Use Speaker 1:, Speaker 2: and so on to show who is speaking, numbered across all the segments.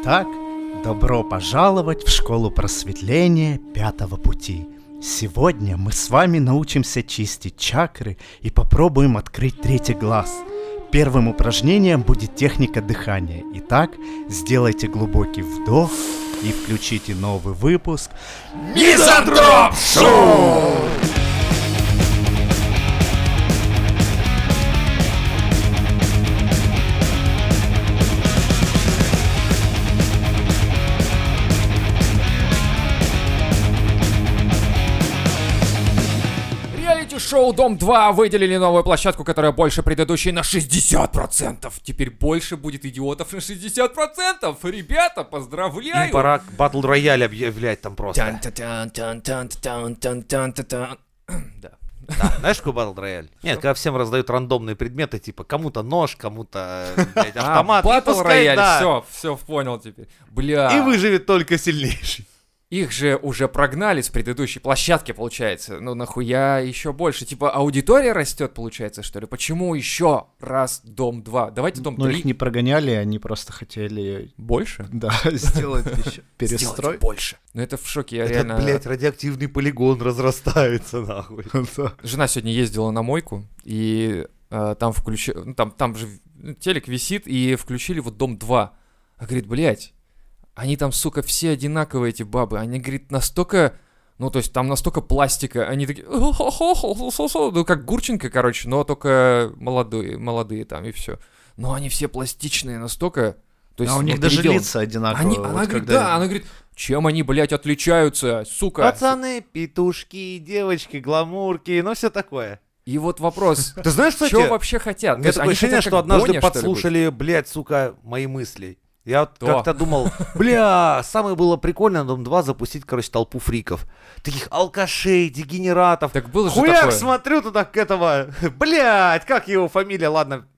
Speaker 1: Итак, добро пожаловать в школу просветления пятого пути. Сегодня мы с вами научимся чистить чакры и попробуем открыть третий глаз. Первым упражнением будет техника дыхания. Итак, сделайте глубокий вдох и включите новый выпуск
Speaker 2: Мизантроп Шоу! Реалити-шоу «Дом-2» выделили новую площадку, которая больше предыдущей на 60%. Теперь больше будет идиотов на 60%. Ребята, поздравляю!
Speaker 3: Им пора батл рояль объявлять там просто.
Speaker 2: Тян-тян-тян-тян-тян-тян-тян-тян. Да.
Speaker 3: Знаешь, какой батл рояль? Нет, когда всем раздают рандомные предметы, типа кому-то нож, кому-то блядь, автомат. и
Speaker 2: А, Батл
Speaker 3: пускай,
Speaker 2: рояль,
Speaker 3: да.
Speaker 2: все, все понял теперь. Бля.
Speaker 3: И выживет только сильнейший.
Speaker 2: Их же уже прогнали с предыдущей площадки, получается. Ну нахуя еще больше? Типа аудитория растет, получается, что ли? Почему еще раз дом 2? Давайте дом
Speaker 1: Но
Speaker 2: 3.
Speaker 1: их не прогоняли, они просто хотели
Speaker 2: Больше?
Speaker 1: да, сделать еще
Speaker 2: Сделайте
Speaker 1: перестрой.
Speaker 2: больше. Ну это в шоке, я
Speaker 3: Этот,
Speaker 2: реально...
Speaker 3: блядь, радиоактивный полигон разрастается, нахуй.
Speaker 1: Да.
Speaker 2: Жена сегодня ездила на мойку, и э, там включили... Ну, там, там же ну, телек висит, и включили вот дом 2. А говорит, блядь, они там, сука, все одинаковые, эти бабы. Они, говорит, настолько... Ну, то есть там настолько пластика, они такие... Ну, как Гурченко, короче, но только молодые, молодые там, и все. Но они все пластичные настолько... То есть,
Speaker 1: А у
Speaker 2: ну,
Speaker 1: них даже
Speaker 2: переделаны.
Speaker 1: лица
Speaker 2: Они,
Speaker 1: одинаковые.
Speaker 2: она
Speaker 1: вот
Speaker 2: говорит,
Speaker 1: когда-
Speaker 2: да, она говорит, чем они, блядь, отличаются, сука?
Speaker 3: Пацаны, петушки, девочки, гламурки, ну все такое.
Speaker 2: И вот вопрос,
Speaker 3: Ты знаешь, кстати,
Speaker 2: Чего вообще хотят?
Speaker 3: у
Speaker 2: То
Speaker 3: меня
Speaker 2: есть
Speaker 3: такое
Speaker 2: они
Speaker 3: ощущение,
Speaker 2: хотят
Speaker 3: что
Speaker 2: как
Speaker 3: однажды
Speaker 2: Боня, что ли,
Speaker 3: подслушали, блядь, сука, мои мысли. Я вот
Speaker 2: Да.
Speaker 3: как-то думал, бля, самое было прикольно на Дом-2 запустить, короче, толпу фриков. Таких алкашей, дегенератов.
Speaker 2: быть? Так было же
Speaker 3: Хуяк
Speaker 2: такое.
Speaker 3: смотрю туда к этого. Блядь, как его фамилия, ладно.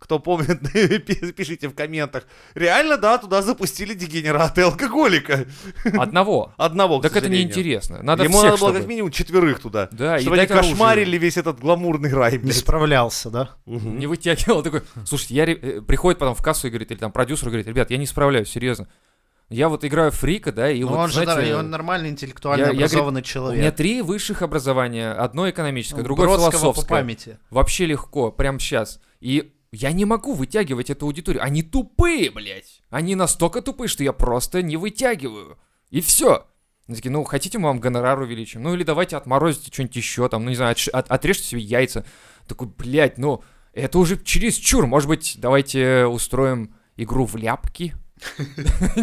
Speaker 3: Кто помнит, пи- пишите в комментах. Реально, да, туда запустили дегенераты алкоголика.
Speaker 2: Одного.
Speaker 3: Одного, к
Speaker 2: Так это
Speaker 3: сожалению.
Speaker 2: неинтересно. Надо
Speaker 3: Ему
Speaker 2: всех,
Speaker 3: надо было
Speaker 2: чтобы-
Speaker 3: как минимум четверых туда.
Speaker 2: Да, и
Speaker 3: чтобы они
Speaker 2: дать оружие.
Speaker 3: кошмарили весь этот гламурный рай,
Speaker 1: Не
Speaker 3: блядь.
Speaker 1: справлялся, да?
Speaker 3: Мгм.
Speaker 2: Не вытягивал такой. Слушайте, я ре- э, приходит потом в кассу и говорит, или там продюсер говорит, ребят, я не справляюсь, серьезно. Я вот играю в фрика, да, и
Speaker 1: Ну,
Speaker 2: вот,
Speaker 1: он же
Speaker 2: знаете,
Speaker 1: да, и он нормальный интеллектуально
Speaker 2: я- я,
Speaker 1: образованный
Speaker 2: у
Speaker 1: человек.
Speaker 2: меня три высших образования, одно экономическое,
Speaker 1: Ну,
Speaker 2: другое
Speaker 1: Бродского по
Speaker 2: философское.
Speaker 1: памяти.
Speaker 2: Вообще легко, прям сейчас. И я не могу вытягивать эту аудиторию. Они тупые, блядь. Они настолько тупые, что я просто не вытягиваю. И все. Они такие, ну, хотите, мы вам гонорар увеличим? Ну, или давайте отморозите что-нибудь еще, там, ну, не знаю, отш- от- отрежьте себе яйца. Такой, блядь, ну, это уже чересчур. Может быть, давайте устроим игру в ляпки?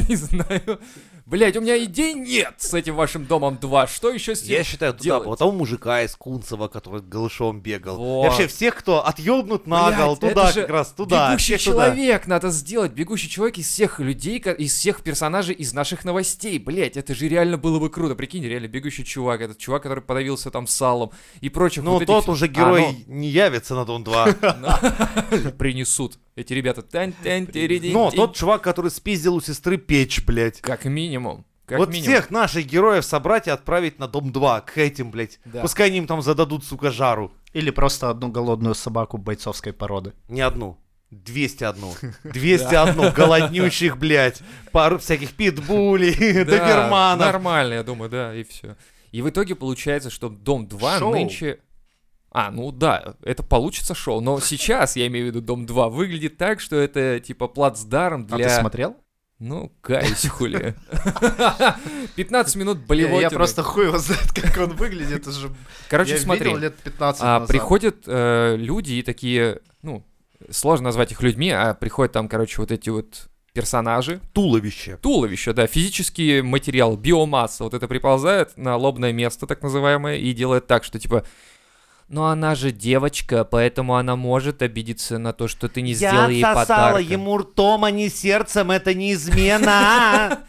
Speaker 2: Не знаю. Блядь, у меня идей нет с этим вашим домом 2. Что еще с
Speaker 3: Я
Speaker 2: ним?
Speaker 3: считаю, туда
Speaker 2: делать?
Speaker 3: вот того мужика из Кунцева, который голышом бегал.
Speaker 2: Вот.
Speaker 3: И вообще всех, кто отъебнут на
Speaker 2: Блядь,
Speaker 3: гол,
Speaker 2: это
Speaker 3: туда
Speaker 2: же
Speaker 3: как раз, туда.
Speaker 2: Бегущий
Speaker 3: Ну всех туда.
Speaker 2: человек надо сделать. Бегущий человек из всех людей, ко- из всех персонажей, из наших новостей. Блять, это же реально было бы круто. Прикинь, реально бегущий чувак, этот чувак, который подавился там салом и прочих.
Speaker 3: Ну,
Speaker 2: вот этих
Speaker 3: тот
Speaker 2: всех-
Speaker 3: уже
Speaker 2: А,
Speaker 3: герой не явится на Дон 2.
Speaker 2: ну, принесут. Эти ребята. Тань, тань, тиридинь,
Speaker 3: Но
Speaker 2: тинь.
Speaker 3: Ну, тот чувак, который спиздил у сестры печь, блядь.
Speaker 2: Как минимум. Как
Speaker 3: вот
Speaker 2: минимум.
Speaker 3: всех наших героев собрать и отправить на Дом 2 к этим, блядь.
Speaker 2: Да.
Speaker 3: Пускай они им там зададут, сука, жару.
Speaker 1: Или просто одну голодную собаку бойцовской породы.
Speaker 3: Не одну. 201. 201 голоднющих, блядь. Пару всяких питбулей,
Speaker 2: Да,
Speaker 3: доберманов.
Speaker 2: Нормально, я думаю, да, и все. И в итоге получается, что Дом 2
Speaker 3: Шоу.
Speaker 2: нынче... А, ну да, это получится шоу, но сейчас, я имею в виду, Дом 2 выглядит так, что это типа плацдарм
Speaker 1: А
Speaker 2: для...
Speaker 1: ты смотрел?
Speaker 2: Ну, каюсь, хули. 15 минут
Speaker 1: Я,
Speaker 2: болевой.
Speaker 1: я просто хуй его знает, как он выглядит. уже.
Speaker 2: Короче,
Speaker 1: я
Speaker 2: смотри.
Speaker 1: видел лет 15
Speaker 2: А,
Speaker 1: назад.
Speaker 2: приходят э, люди и такие, ну, сложно назвать их людьми, а приходят там, короче, вот эти вот персонажи,
Speaker 3: Туловище.
Speaker 2: туловище, да, физический материал, биомасса, вот это приползает на лобное место, так называемое, и делает так, что типа, ну она же девочка, поэтому она может обидеться на то, что ты не сделал ей подарка.
Speaker 3: ртом, а не сердцем, это не измена.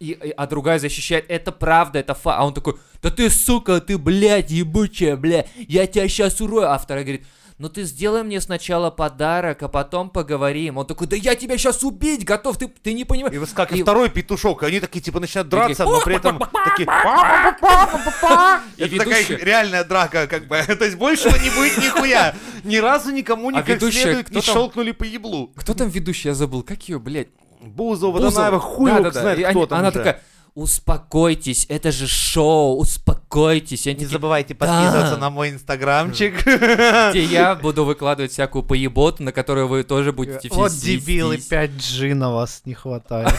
Speaker 2: И, и- а другая защищает, это правда, это фа. А он такой, да ты сука, ты, блядь, ебучая, блядь, я тебя сейчас урою. А вторая говорит, ну ты сделай мне сначала подарок, а потом поговорим. Он такой, да я тебя сейчас убить готов, ты, ты не понимаешь.
Speaker 3: И вот как и
Speaker 2: И-
Speaker 3: второй петушок, и они такие типа начинают драться,
Speaker 2: такие,
Speaker 3: но при этом такие...
Speaker 2: И
Speaker 3: Это такая
Speaker 2: ведущая-
Speaker 3: реальная драка, как бы. То есть большего не будет нихуя. Ни разу никому
Speaker 2: А
Speaker 3: никак
Speaker 2: ведущая
Speaker 3: следует не
Speaker 2: кто там?
Speaker 3: щелкнули по еблу.
Speaker 2: Кто там ведущий, я забыл, как ее, блядь?
Speaker 3: Бузова,
Speaker 2: Бузова.
Speaker 3: Данаева, хуй его
Speaker 2: Да-да-да.
Speaker 3: знает,
Speaker 2: И
Speaker 3: кто
Speaker 2: они-
Speaker 3: там
Speaker 2: Она
Speaker 3: уже.
Speaker 2: такая, успокойтесь, это же шоу, успокойтесь. Я
Speaker 3: Не
Speaker 2: не
Speaker 3: забывайте подписываться
Speaker 2: Да.
Speaker 3: на мой инстаграмчик.
Speaker 2: где я буду выкладывать всякую поеботу, на которую вы тоже будете
Speaker 1: Вот
Speaker 2: все
Speaker 1: дебилы,
Speaker 2: сись-
Speaker 1: 5G на вас не хватает.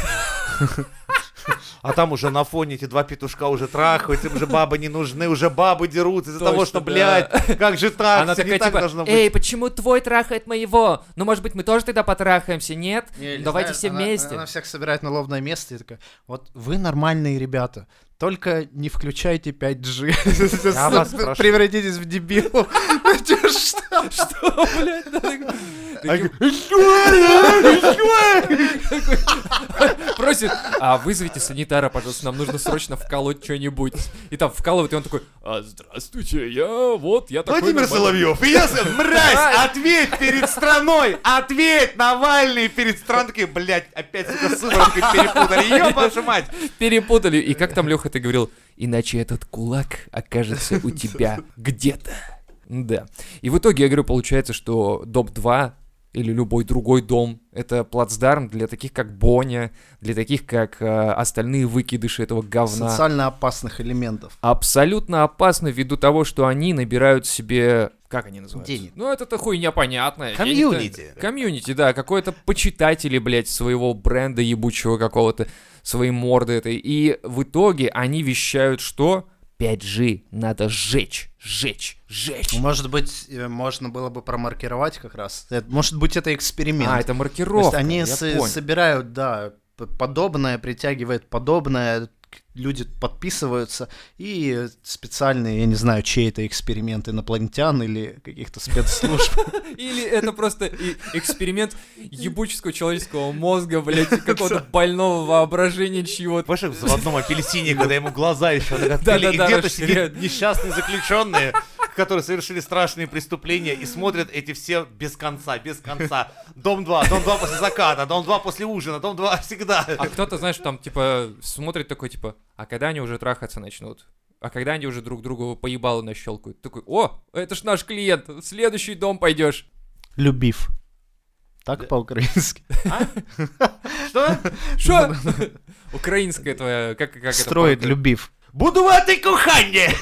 Speaker 3: А там уже на фоне эти два петушка уже трахаются, им уже бабы не нужны, уже бабы дерутся из-за
Speaker 2: Точно,
Speaker 3: того, что,
Speaker 2: да.
Speaker 3: блядь, как же так,
Speaker 2: Она
Speaker 3: всё не
Speaker 2: такая
Speaker 3: так
Speaker 2: типа,
Speaker 3: должно быть.
Speaker 2: эй, почему твой трахает моего? Ну, может быть, мы тоже тогда потрахаемся, нет? Давайте все вместе.
Speaker 1: Она всех собирает на лобное место и такая, вот вы нормальные ребята, только не включайте 5G.
Speaker 3: Я вас прошу.
Speaker 1: Превратитесь в дебилов.
Speaker 2: Что, блядь? да, так- таким Просит, а вызовите санитара, пожалуйста, нам нужно срочно вколоть что-нибудь. И там вкалывает, и он такой, а, здравствуйте, я вот, я такой...
Speaker 3: Владимир
Speaker 2: нормальный».
Speaker 3: Соловьев, и я с- мразь, ответь перед страной, ответь, Навальный перед страной, Такие, блядь, опять, сука, сыворотки перепутали, ё вашу мать.
Speaker 2: Перепутали. И как там, Леха, ты говорил, иначе этот кулак окажется у тебя где-то. Да. И в итоге, я говорю, получается, что дом 2 или любой другой дом — это плацдарм для таких, как Боня, для таких, как э, остальные выкидыши этого говна.
Speaker 1: Социально опасных элементов.
Speaker 2: Абсолютно опасно ввиду того, что они набирают себе... Как они называются?
Speaker 1: Денег.
Speaker 2: Ну, это-то хуйня понятная. Я не
Speaker 3: Комьюнити.
Speaker 2: знаю. Комьюнити, да. Какое-то почитатели, блядь, своего бренда ебучего какого-то, своей морды этой. И в итоге они вещают, что 5G надо сжечь, сжечь, сжечь.
Speaker 1: Может быть, э, можно было бы промаркировать как раз. Э, Может быть, это эксперимент.
Speaker 2: А, это
Speaker 1: То есть
Speaker 2: маркировка,
Speaker 1: они
Speaker 2: я
Speaker 1: со-
Speaker 2: понял.
Speaker 1: собирают, да, п- подобное, притягивает подобное, к- люди подписываются, и э, специальные, я не знаю, чей это эксперимент, инопланетян или каких-то спецслужб.
Speaker 2: Или это просто и- эксперимент ебуческого человеческого мозга, блядь, и какого-то больного воображения чьего-то.
Speaker 3: Понимаешь, как в заводном апельсине, когда ему глаза еще наготовили, и
Speaker 2: Да-да-да,
Speaker 3: где-то
Speaker 2: расширяют.
Speaker 3: сидят несчастные заключенные, которые совершили страшные преступления и смотрят эти все без конца, без конца. Дом 2, Дом 2 после заката, Дом 2 после ужина, Дом 2 всегда.
Speaker 2: А кто-то, знаешь, там, типа, смотрит такой, типа, а когда они уже трахаться начнут? А когда они уже друг другу поебало нащелкают? Такой, о, это ж наш клиент, в следующий дом пойдешь.
Speaker 1: Любив. Так по-украински.
Speaker 3: Что?
Speaker 2: Что? Украинская твоя, как, как это?
Speaker 1: Строит
Speaker 2: по-украински?
Speaker 1: любив.
Speaker 3: Будувати кохання!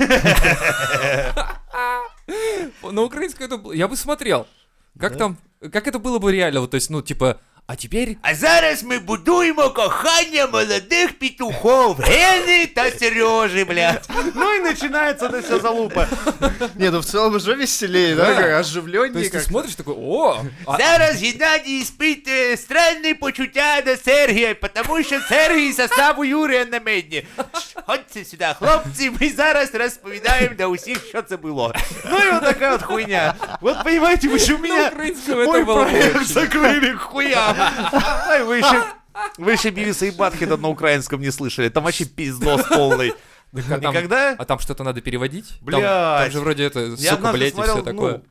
Speaker 2: На украинском Ну, это... бл- Я бы смотрел. Как
Speaker 1: Да.
Speaker 2: там... Как это было бы реально? Вот, то есть, ну, типа, а теперь...
Speaker 3: А зараз ми будуємо кохання молодих петухов Гени та Сережи, блядь. Ну и начинается это все залупа.
Speaker 1: Не, ну в целом уже веселее, да, как
Speaker 2: То
Speaker 1: оживленнее
Speaker 2: есть ты
Speaker 1: как.
Speaker 2: смотришь такой, о, а-
Speaker 3: Зараз Геннадій спить е, странні почуття до Сергія, тому що Сергій сосав у Юрія на медні. Ходьте сюди, хлопці, ми зараз розповідаємо для усіх, що це було. Ну і вот така от хуйня. Вот понимаете, вы у
Speaker 2: на
Speaker 3: меня
Speaker 2: украинском это
Speaker 3: мой
Speaker 2: было бы
Speaker 3: проект
Speaker 2: очень.
Speaker 3: закрыли к хуям. Ай, вы еще... Вы еще Бивиса и Батхеда на украинском не слышали. Там вообще пиздос полный.
Speaker 2: Так, а там-
Speaker 3: Никогда?
Speaker 2: А там что-то надо переводить? Там- Там
Speaker 3: Блядь.
Speaker 2: же вроде это,
Speaker 3: Я
Speaker 2: сука,
Speaker 3: однажды
Speaker 2: блядь, и все
Speaker 3: смотрел,
Speaker 2: такое.
Speaker 3: ну,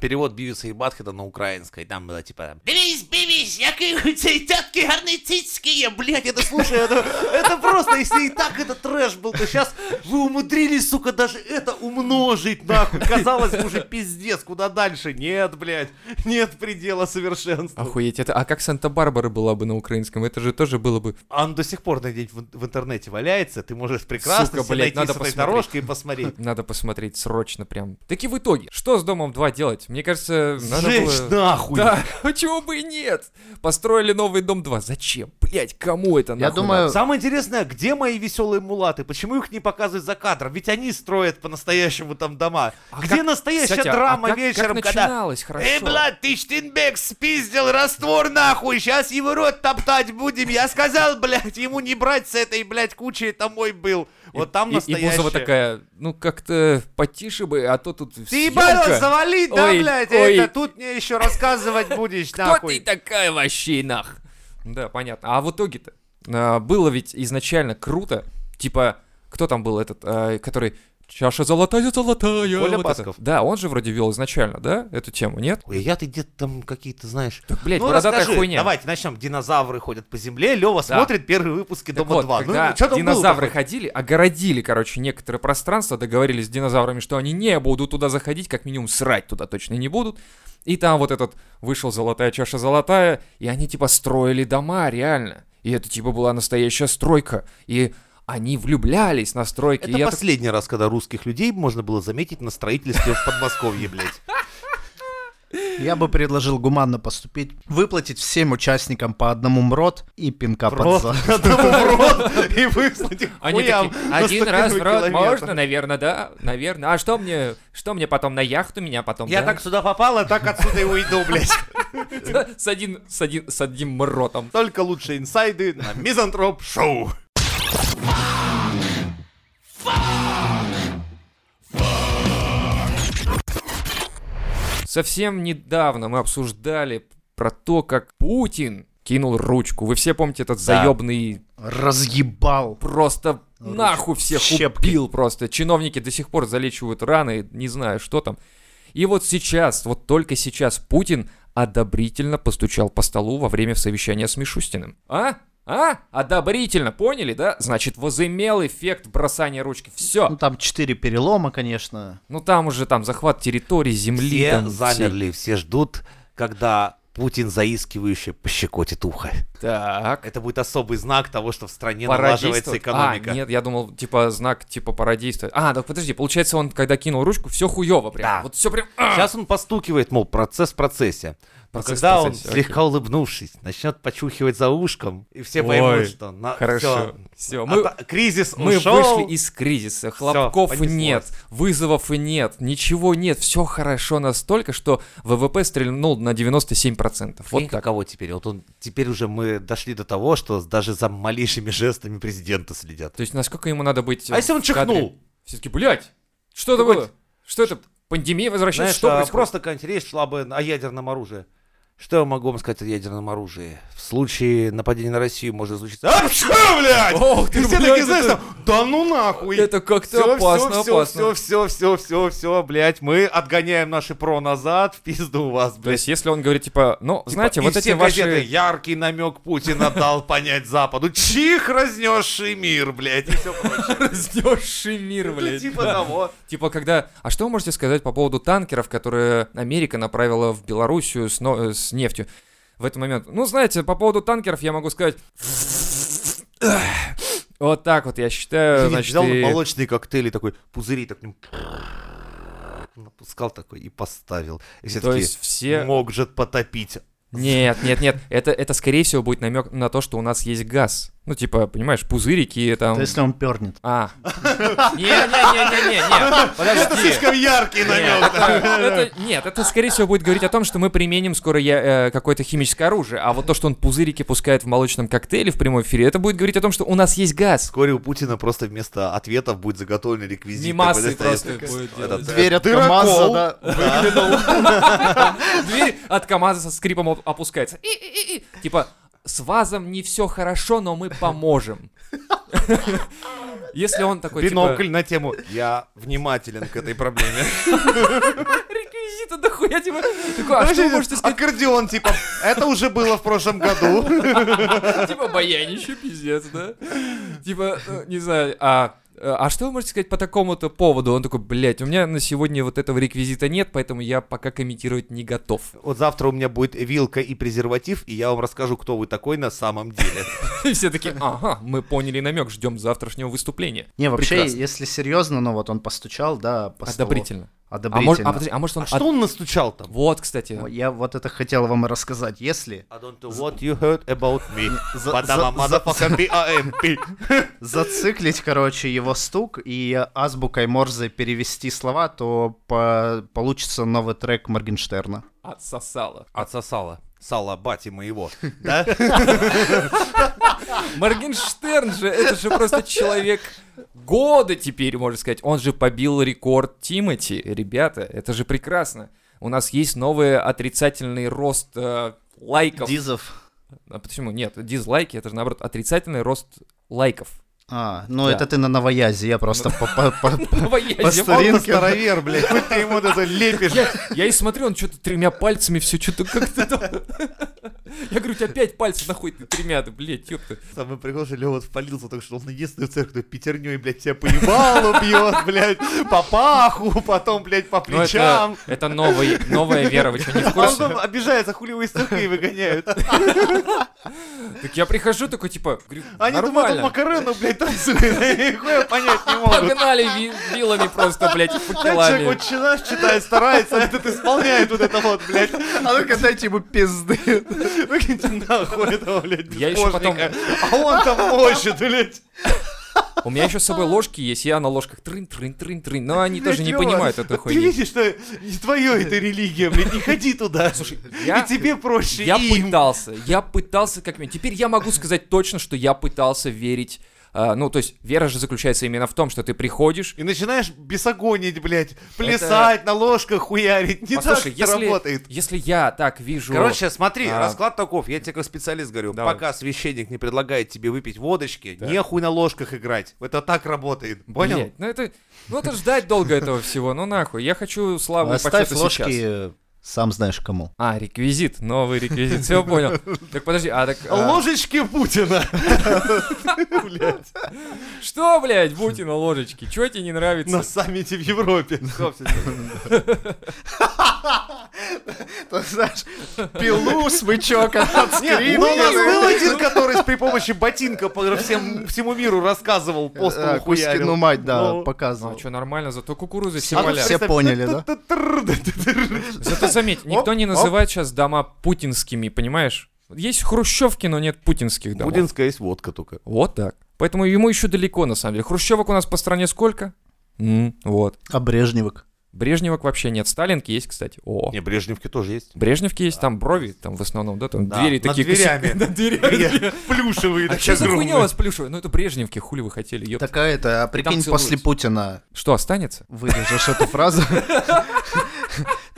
Speaker 3: перевод Бивиса і Батхеда на український, там было типа Дивись, Бивіс, який у цієї тетки гарний цицьки є, блядь, я это слушаю, это, это просто, если и так это трэш был, то сейчас вы умудрились, сука, даже это умножить, нахуй. Казалось бы, уже пиздец, куда дальше? Нет, блядь, нет предела совершенства.
Speaker 2: Охуеть, это, а как Санта-Барбара была бы на украинском? Это же тоже было бы...
Speaker 3: Он до сих пор на день в, в интернете валяется, ты можешь прекрасно
Speaker 2: Сука,
Speaker 3: себе
Speaker 2: блядь,
Speaker 3: найти
Speaker 2: надо
Speaker 3: с этой
Speaker 2: посмотреть.
Speaker 3: дорожкой и посмотреть.
Speaker 2: Надо посмотреть срочно прям. Таки в итоге, что с Домом 2 делать? Мне кажется, надо
Speaker 3: Жесть,
Speaker 2: было...
Speaker 3: нахуй!
Speaker 2: Да, почему бы и нет? Построили новый Дом 2. Зачем? Блять, кому это
Speaker 1: Я
Speaker 2: нахуй
Speaker 1: думаю,
Speaker 2: надо?
Speaker 3: Самое интересное, где мои веселые мулаты? Почему их не показывают за кадром? Ведь они строят по-настоящему там дома.
Speaker 2: А
Speaker 3: где
Speaker 2: как-
Speaker 3: настоящая
Speaker 2: Кстати, а- а
Speaker 3: драма
Speaker 2: как-
Speaker 3: вечером,
Speaker 2: как
Speaker 3: когда...
Speaker 2: начиналось, хорошо.
Speaker 3: Эй, блядь, ты Штинбек спиздил раствор нахуй, сейчас его рот топтать будем. Я сказал, блядь, ему не брать с этой, блядь, кучи, это мой был. Вот там
Speaker 2: и, и
Speaker 3: настоящая.
Speaker 2: Бузова такая, ну как-то потише бы, а то тут
Speaker 3: Ты
Speaker 2: съёмка.
Speaker 3: ебало, завали, да,
Speaker 2: Ой,
Speaker 3: блядь,
Speaker 2: ой.
Speaker 3: это тут мне еще рассказывать будешь,
Speaker 2: Кто
Speaker 3: нахуй.
Speaker 2: ты такая вообще, нах? Да, понятно. А в итоге-то а, было ведь изначально круто, типа кто там был этот, а, который Чаша золотая, золотая.
Speaker 3: Коля
Speaker 2: вот
Speaker 3: Басков.
Speaker 2: это. Да, он же вроде вел изначально, да, эту тему, нет?
Speaker 3: Ой, я ты где-то там какие-то, знаешь...
Speaker 2: Так, блядь,
Speaker 3: ну,
Speaker 2: бородатая
Speaker 3: расскажи,
Speaker 2: хуйня.
Speaker 3: давайте начнем. Динозавры ходят по земле,
Speaker 2: Да.
Speaker 3: Лева смотрит первые выпуски
Speaker 2: Так
Speaker 3: Дома
Speaker 2: вот,
Speaker 3: 2.
Speaker 2: когда
Speaker 3: ну, что там
Speaker 2: динозавры
Speaker 3: было
Speaker 2: ходили, огородили, короче, некоторое пространство, договорились с динозаврами, что они не будут туда заходить, как минимум срать туда точно не будут. И там вот этот вышел золотая чаша золотая, и они типа строили дома, реально. И это типа была настоящая стройка. И они влюблялись на стройке.
Speaker 3: Это
Speaker 2: и я так-
Speaker 3: последний раз, когда русских людей можно было заметить на строительстве в Подмосковье, блядь.
Speaker 1: Я бы предложил гуманно поступить, выплатить всем участникам по одному мрот и пинка под
Speaker 3: Рот,
Speaker 1: зад.
Speaker 3: одному в рот и выслать их
Speaker 2: А Они
Speaker 3: хуям
Speaker 2: такие,
Speaker 3: на
Speaker 2: один раз в
Speaker 3: стокилометр.
Speaker 2: рот можно, наверное, да, наверное. А что мне, что мне потом на яхту меня потом?
Speaker 3: Я
Speaker 2: да?
Speaker 3: так сюда попал, а так отсюда и уйду, блядь.
Speaker 2: с один, с один, с одним ротом.
Speaker 3: Только лучшие инсайды на Мизантроп Шоу.
Speaker 2: Совсем недавно мы обсуждали про то, как Путин кинул ручку. Вы все помните этот заебный
Speaker 1: Разъебал.
Speaker 2: просто
Speaker 1: Ручку
Speaker 2: нахуй всех
Speaker 1: щепкой.
Speaker 2: убил просто. Чиновники до сих пор залечивают раны, не знаю, что там. И вот сейчас, вот только сейчас Путин одобрительно постучал по столу во время совещания с Мишустиным. А? А? Одобрительно, поняли, да? Значит, возымел эффект бросания ручки.
Speaker 1: Ну
Speaker 2: Все.
Speaker 1: там четыре перелома, конечно.
Speaker 2: Ну там уже там захват территории, земли.
Speaker 3: Все
Speaker 2: там, всей-
Speaker 3: замерли, все ждут, когда Путин заискивающе пощекотит ухо.
Speaker 2: Так.
Speaker 3: Это будет особый знак того, что в стране
Speaker 2: Пора
Speaker 3: налаживается
Speaker 2: действовать.
Speaker 3: экономика.
Speaker 2: А, нет, я думал, типа, знак, типа, пора действовать. А, так подожди, получается, он, когда кинул ручку, все хуево прям.
Speaker 3: Да.
Speaker 2: Вот все прям... а!
Speaker 3: Сейчас он постукивает, мол, процесс в процессе. Но
Speaker 2: Процесс в
Speaker 3: когда он,
Speaker 2: процессе, окей.
Speaker 3: слегка улыбнувшись, начнет почухивать за ушком, и все
Speaker 2: Ой,
Speaker 3: поймут, что на-
Speaker 2: Хорошо.
Speaker 3: всё.
Speaker 2: Все,
Speaker 3: А
Speaker 2: мы,
Speaker 3: та- кризис
Speaker 2: мы
Speaker 3: ушел.
Speaker 2: вышли из кризиса. Хлопков
Speaker 3: понеслось.
Speaker 2: нет, вызовов нет, ничего нет. Все хорошо настолько, что ВВП стрельнул на 97%.
Speaker 3: Вот
Speaker 2: Вот
Speaker 3: как
Speaker 2: так.
Speaker 3: кого теперь? Вот он теперь уже мы дошли до того, что даже за малейшими жестами президента следят.
Speaker 2: То есть, насколько ему надо быть... э,
Speaker 3: А если он чихнул?
Speaker 2: Все-таки, блядь, что это
Speaker 3: Какой-
Speaker 2: было? Что это? Пандемия возвращается?
Speaker 3: Знаешь,
Speaker 2: Что
Speaker 3: а,
Speaker 2: происходит?
Speaker 3: просто какая-нибудь речь шла бы о ядерном оружии. Что я могу вам сказать о ядерном оружии? В случае нападения на Россию может случиться... А, что, блядь?
Speaker 2: Ох ты,
Speaker 3: И все
Speaker 2: блядь,
Speaker 3: такие, знаешь,
Speaker 2: это-
Speaker 3: там, да ну нахуй.
Speaker 2: Это как-то
Speaker 3: Все,
Speaker 2: опасно,
Speaker 3: все, все,
Speaker 2: опасно.
Speaker 3: все, все, все, все, все, блядь, мы отгоняем наши про назад, в пизду вас,
Speaker 2: То
Speaker 3: блядь.
Speaker 2: есть, если он говорит, типа, ну, знаете,
Speaker 3: И
Speaker 2: вот эти
Speaker 3: все
Speaker 2: ваши...
Speaker 3: газеты, яркий намек Путина дал понять Западу, чих разнесший мир, блядь, и все прочее.
Speaker 2: Разнесший мир,
Speaker 3: Ну,
Speaker 2: блядь.
Speaker 3: Типа
Speaker 2: да.
Speaker 3: того.
Speaker 2: Типа, когда... А что вы можете сказать по поводу танкеров, которые Америка направила в Белоруссию с, но- э, с нефтью в этот момент? Ну, знаете, по поводу танкеров я могу сказать... Вот так вот, я считаю,
Speaker 3: Извините,
Speaker 2: Э, значит,
Speaker 3: взял
Speaker 2: и-
Speaker 3: молочные коктейли, такой пузыри, так ну, напускал такой и поставил. И все
Speaker 2: то
Speaker 3: такие,
Speaker 2: есть все...
Speaker 3: мог же потопить.
Speaker 2: Нет, нет, нет, это, это скорее всего будет намек на то, что у нас есть газ. Ну, типа, понимаешь, пузырики там...
Speaker 1: Это если он пернет.
Speaker 2: А. Не-не-не-не-не, подожди.
Speaker 3: Это слишком яркий
Speaker 2: Нет,
Speaker 3: намек.
Speaker 2: это- это- Нет, это скорее всего будет говорить о том, что мы применим скоро я- э, какое-то химическое оружие, а вот то, что он пузырики пускает в молочном коктейле в прямом эфире, это будет говорить о том, что у нас есть газ.
Speaker 3: Вскоре у Путина просто вместо ответов будет заготовлен реквизит.
Speaker 2: Мимасы
Speaker 3: такой, знаешь,
Speaker 2: просто
Speaker 3: такой,
Speaker 2: будет
Speaker 3: этот,
Speaker 2: делать.
Speaker 3: э,
Speaker 1: Дверь от
Speaker 3: дырокол.
Speaker 1: КамАЗа, да.
Speaker 2: Дверь от КамАЗа со скрипом оп- опускается. И-и-и-и. Типа, с вазом не все хорошо, но мы поможем. Если он такой, типа,
Speaker 3: Бинокль на тему. Я внимателен к этой проблеме.
Speaker 2: реквизита «А, дохуя, типа, такой, а что вы
Speaker 3: Знаешь,
Speaker 2: можете сказать?
Speaker 3: Аккордеон, типа, это уже было в прошлом году.
Speaker 2: Типа баянище, пиздец, да? Типа, э, не знаю, а... э, А что вы можете сказать по такому-то поводу? Он такой, блядь, у меня на сегодня вот этого реквизита нет, поэтому я пока комментировать не готов.
Speaker 3: Вот завтра у меня будет вилка и презерватив, и я вам расскажу, кто вы такой на самом деле.
Speaker 2: И все такие, ага, мы поняли намек, ждем завтрашнего выступления.
Speaker 1: Не, вообще,
Speaker 2: Прекрасно.
Speaker 1: если серьезно, ну вот он постучал, да, по столу.
Speaker 2: Одобрительно. А, может,
Speaker 1: Одобрительно.
Speaker 2: а, подожди, а может он...
Speaker 3: А что он настучал там?
Speaker 2: Вот, кстати.
Speaker 1: Я вот это хотел вам рассказать. Если
Speaker 3: I don't know what you heard about me,
Speaker 1: За-
Speaker 3: but I'm
Speaker 1: за-
Speaker 3: a motherfucker B.I.M.P..
Speaker 1: зациклить, короче, его стук и азбукой Морзе перевести слова, то по- получится новый трек Моргенштерна.
Speaker 2: Отсосало.
Speaker 3: Отсосало. Сало бати моего. Да?
Speaker 2: Моргенштерн же, это же просто человек года теперь, можно сказать. Он же побил рекорд Тимати, ребята, это же прекрасно. У нас есть новый отрицательный рост э, лайков.
Speaker 1: Дизов.
Speaker 2: А почему? Нет, дизлайки, это же наоборот отрицательный рост лайков.
Speaker 1: А, ну
Speaker 2: Да.
Speaker 1: это ты на новоязе, я просто по- по- по-
Speaker 2: Новоязев.
Speaker 1: по
Speaker 3: Он
Speaker 1: старинке.
Speaker 3: старовер, блядь, хоть ты ему вот это лепишь.
Speaker 2: Я, я и смотрю, он что-то тремя пальцами все что-то как-то там. Я говорю, у тебя пять пальцев нахуй ты тремя, да, блядь, ёпта.
Speaker 3: Самый прикол, что Лёва спалился, так что он единственный в церкви, кто пятерней, блядь, тебя поебал, бьет, блядь, по паху, потом, блядь, по
Speaker 2: Ну, это,
Speaker 3: плечам.
Speaker 2: это новый, новая вера, вы что, не в
Speaker 3: А он
Speaker 2: курсе?
Speaker 3: там обижается, хули его из церкви выгоняют.
Speaker 2: Так я прихожу такой, типа, говорю,
Speaker 3: Они думают, он
Speaker 2: нормально.
Speaker 3: Макарену, блядь, танцует. Нихуя понять не могут.
Speaker 2: Погнали ви- вилами просто, блядь, и
Speaker 3: Да, человек
Speaker 2: факелами.
Speaker 3: вот читает, читает, старается, а этот исполняет вот это вот, блядь.
Speaker 1: А ну-ка дайте ему пизды.
Speaker 3: Выкиньте нахуй этого, блядь,
Speaker 2: Я ещё потом-
Speaker 3: беспожника. А он там мочит, блядь.
Speaker 2: У меня еще с собой ложки есть, я на ложках трын-трын-трын-трын. Но они
Speaker 3: Блядь,
Speaker 2: тоже не
Speaker 3: Лёва,
Speaker 2: понимают этой
Speaker 3: Ты
Speaker 2: хуйни.
Speaker 3: видишь, что не твое это религия, блядь, не ходи туда. Слушай,
Speaker 2: я-
Speaker 3: И тебе проще
Speaker 2: Я
Speaker 3: им.
Speaker 2: пытался, я пытался как минимум. Теперь я могу сказать точно, что я пытался верить. а, ну, то есть, вера же заключается именно в том, что ты приходишь,
Speaker 3: И начинаешь бесогонить, блядь, плясать, на ложках хуярить. Не так
Speaker 2: Послушай,
Speaker 3: это
Speaker 2: если,
Speaker 3: работает.
Speaker 2: если я так вижу...
Speaker 3: Короче, смотри,
Speaker 2: А.
Speaker 3: расклад таков. Я тебе как специалист говорю,
Speaker 2: Давай.
Speaker 3: пока священник не предлагает тебе выпить водочки,
Speaker 2: Так.
Speaker 3: нехуй на ложках играть. Это так работает. Понял?
Speaker 2: блядь, ну это... Ну это ждать долго этого всего, ну нахуй. Я хочу славу
Speaker 1: Оставь
Speaker 2: почета сейчас.
Speaker 1: ложки, э, сам знаешь кому.
Speaker 2: А, реквизит, новый реквизит, все понял. Так подожди, а так... а,
Speaker 3: Ложечки Путина. Блядь,
Speaker 2: Что, блядь, будьте на ложечке, чё тебе не
Speaker 3: на
Speaker 2: нравится?
Speaker 3: саммите в Европе. Всё, всё, всё.
Speaker 1: Ты знаешь, пилу, смычок от
Speaker 3: Не, ну у нас был один, который при помощи ботинка по всем- всему миру рассказывал, посту хуярил.
Speaker 1: Кузькину Э, мать, да,
Speaker 3: Ну,
Speaker 2: Ну
Speaker 1: показывал.
Speaker 2: что, нормально, зато кукуруза
Speaker 1: А тут
Speaker 2: семаля.
Speaker 1: все поняли, да?
Speaker 2: Зато заметь, никто не
Speaker 1: оп.
Speaker 2: называет сейчас дома путинскими, понимаешь? Есть хрущевки, но нет путинских домов.
Speaker 3: Путинская есть водка только.
Speaker 2: Вот так. Поэтому ему еще далеко, на самом деле. Хрущевок у нас по стране сколько? М, вот.
Speaker 1: А Брежневок?
Speaker 2: Брежневок вообще нет. Сталинки есть, кстати. О.
Speaker 3: Не, Брежневки тоже есть.
Speaker 2: Брежневки есть, там брови, там в основном, да, там
Speaker 3: Да,
Speaker 2: двери
Speaker 3: над
Speaker 2: такие
Speaker 3: дверями.
Speaker 2: косяки- Над дверями.
Speaker 3: Плюшевые,
Speaker 2: А что
Speaker 3: такие
Speaker 2: за хуйня у
Speaker 3: огромные.
Speaker 2: вас плюшевая? Ну это Брежневки, хули вы хотели, ёпта.
Speaker 1: Такая это, а прикинь,
Speaker 2: целуются.
Speaker 1: после Путина
Speaker 2: Что останется?
Speaker 1: вырежешь эту фразу.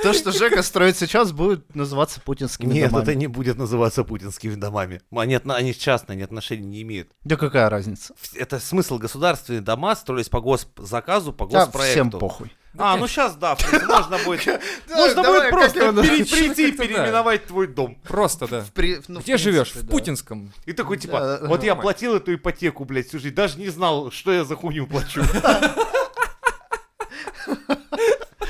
Speaker 1: То, что Жека строит сейчас, будет называться путинскими
Speaker 3: Нет, это
Speaker 1: домами.
Speaker 3: не будет называться путинскими домами. Они, отно- они частные, они отношения не имеют.
Speaker 1: Да какая разница?
Speaker 3: Вс- Это смысл государственные дома строились по госзаказу, по
Speaker 1: Да,
Speaker 3: госпроекту.
Speaker 1: А всем похуй.
Speaker 3: А, ну сейчас да, в принципе, можно будет. Можно
Speaker 1: давай,
Speaker 3: будет
Speaker 1: как
Speaker 3: просто
Speaker 1: его
Speaker 3: пере-
Speaker 1: называть?
Speaker 3: прийти и
Speaker 2: Как-то да.
Speaker 3: переименовать твой дом.
Speaker 2: Просто, да.
Speaker 1: При- ну, в
Speaker 2: Где живешь? В
Speaker 1: принципе, да.
Speaker 2: путинском.
Speaker 3: И такой
Speaker 1: Да,
Speaker 3: типа, вот я
Speaker 2: нормально.
Speaker 3: платил эту ипотеку, блядь, всю жизнь, даже не знал, что я за хуйню плачу.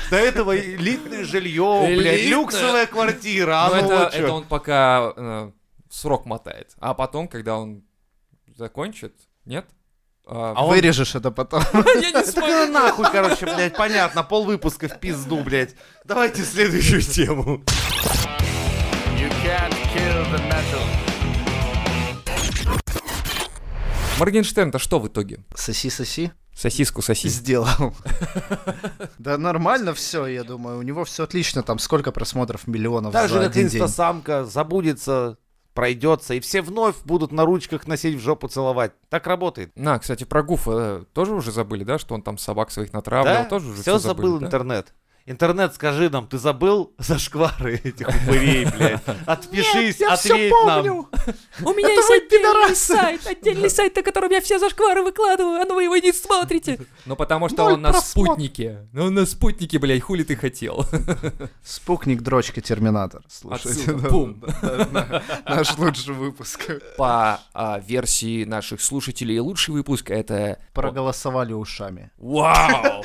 Speaker 3: До этого элитное жилье, блядь,
Speaker 2: Элитное.
Speaker 3: люксовая квартира,
Speaker 2: Но
Speaker 3: а ну
Speaker 2: это,
Speaker 3: вот
Speaker 2: это
Speaker 3: чё.
Speaker 2: он пока э, срок мотает. А потом, когда он закончит, нет? А,
Speaker 3: А он-
Speaker 1: Вырежешь это потом.
Speaker 2: Я не
Speaker 3: Это
Speaker 2: смогу.
Speaker 3: когда Ну, нахуй, короче, блядь, понятно, пол выпуска в пизду, блядь. Давайте следующую тему.
Speaker 2: Моргенштерн-то что в итоге?
Speaker 1: Соси-соси.
Speaker 2: Сосиску соси.
Speaker 1: Сделал. Да нормально все, я думаю. У него все отлично. Там сколько просмотров миллионов
Speaker 3: Так же,
Speaker 1: за
Speaker 3: как
Speaker 1: один день.
Speaker 3: инстасамка забудется, пройдется, и все вновь будут на ручках носить в жопу целовать. Так работает.
Speaker 2: На, кстати, про Гуфа э, тоже уже забыли, да, что он там собак своих натравливал,
Speaker 3: да?
Speaker 2: тоже уже всё
Speaker 3: все забыл
Speaker 2: забыли, да?
Speaker 3: интернет. Интернет, скажи нам, ты забыл за шквары этих упырей, блядь? Отпишись, ответь нам.
Speaker 4: У меня есть отдельный сайт, отдельный сайт, на котором я все зашквары выкладываю, а ну вы его не смотрите.
Speaker 2: Ну потому что
Speaker 1: Ноль
Speaker 2: он на
Speaker 1: просмотров.
Speaker 2: спутнике. Ну он на спутнике, блядь, хули ты хотел.
Speaker 1: Спутник, дрочка, терминатор. Слушайте, ну,
Speaker 2: Отсюда,
Speaker 1: да,
Speaker 2: бум.
Speaker 1: да, да, на- наш лучший выпуск.
Speaker 2: По а, версии наших слушателей, лучший выпуск это...
Speaker 1: Проголосовали ушами.
Speaker 2: Вау!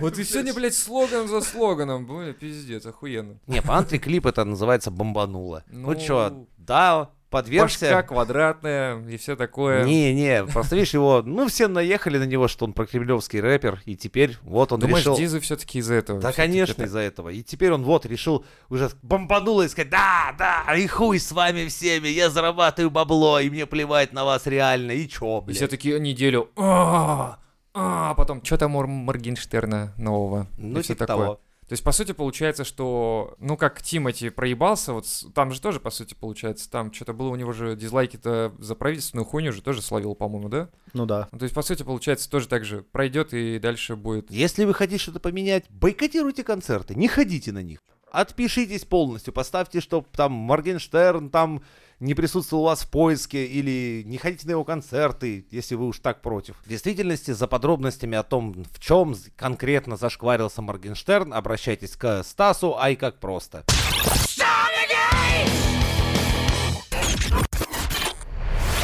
Speaker 2: Вот и сегодня, блядь, слоган за слоганом. Блин, пиздец, охуенно.
Speaker 3: Не, по клип это называется «Бомбануло». Ну
Speaker 2: Ну,
Speaker 3: чё, да,
Speaker 2: Башка
Speaker 3: подвергся.
Speaker 2: квадратная и все такое.
Speaker 3: Не-не, просто видишь его, ну все наехали на него, что он прокремлевский рэпер, и теперь вот он
Speaker 2: Думаешь,
Speaker 3: решил...
Speaker 2: Дизы все-таки из-за этого?
Speaker 3: Да,
Speaker 2: всё-таки
Speaker 3: конечно,
Speaker 2: это-
Speaker 3: из-за этого. И теперь он вот решил уже бомбануло и сказать, да, да, а и хуй с вами всеми, я зарабатываю бабло, и мне плевать на вас реально, и чё,
Speaker 2: И
Speaker 3: блядь.
Speaker 2: все таки неделю. А, а, потом, что там у Моргенштерна нового?
Speaker 3: Ну,
Speaker 2: И всё
Speaker 3: типа
Speaker 2: такое.
Speaker 3: того.
Speaker 2: То есть, по сути, получается, что, ну, как Тимати проебался, вот с- там же тоже, по сути, получается, там что-то было у него же дизлайки-то за правительственную хуйню же тоже словил, по-моему, да?
Speaker 1: Ну да.
Speaker 2: Ну, то есть, по сути, получается, тоже так же пройдет и дальше будет.
Speaker 3: Если вы хотите что-то поменять, бойкотируйте концерты, не ходите на них. отпишитесь полностью, поставьте, что там Моргенштерн там не присутствовал у вас в поиске или не ходите на его концерты, если вы уж так против. В действительности, за подробностями о том, в чем конкретно зашкварился Моргенштерн, обращайтесь к Стасу, ай как просто.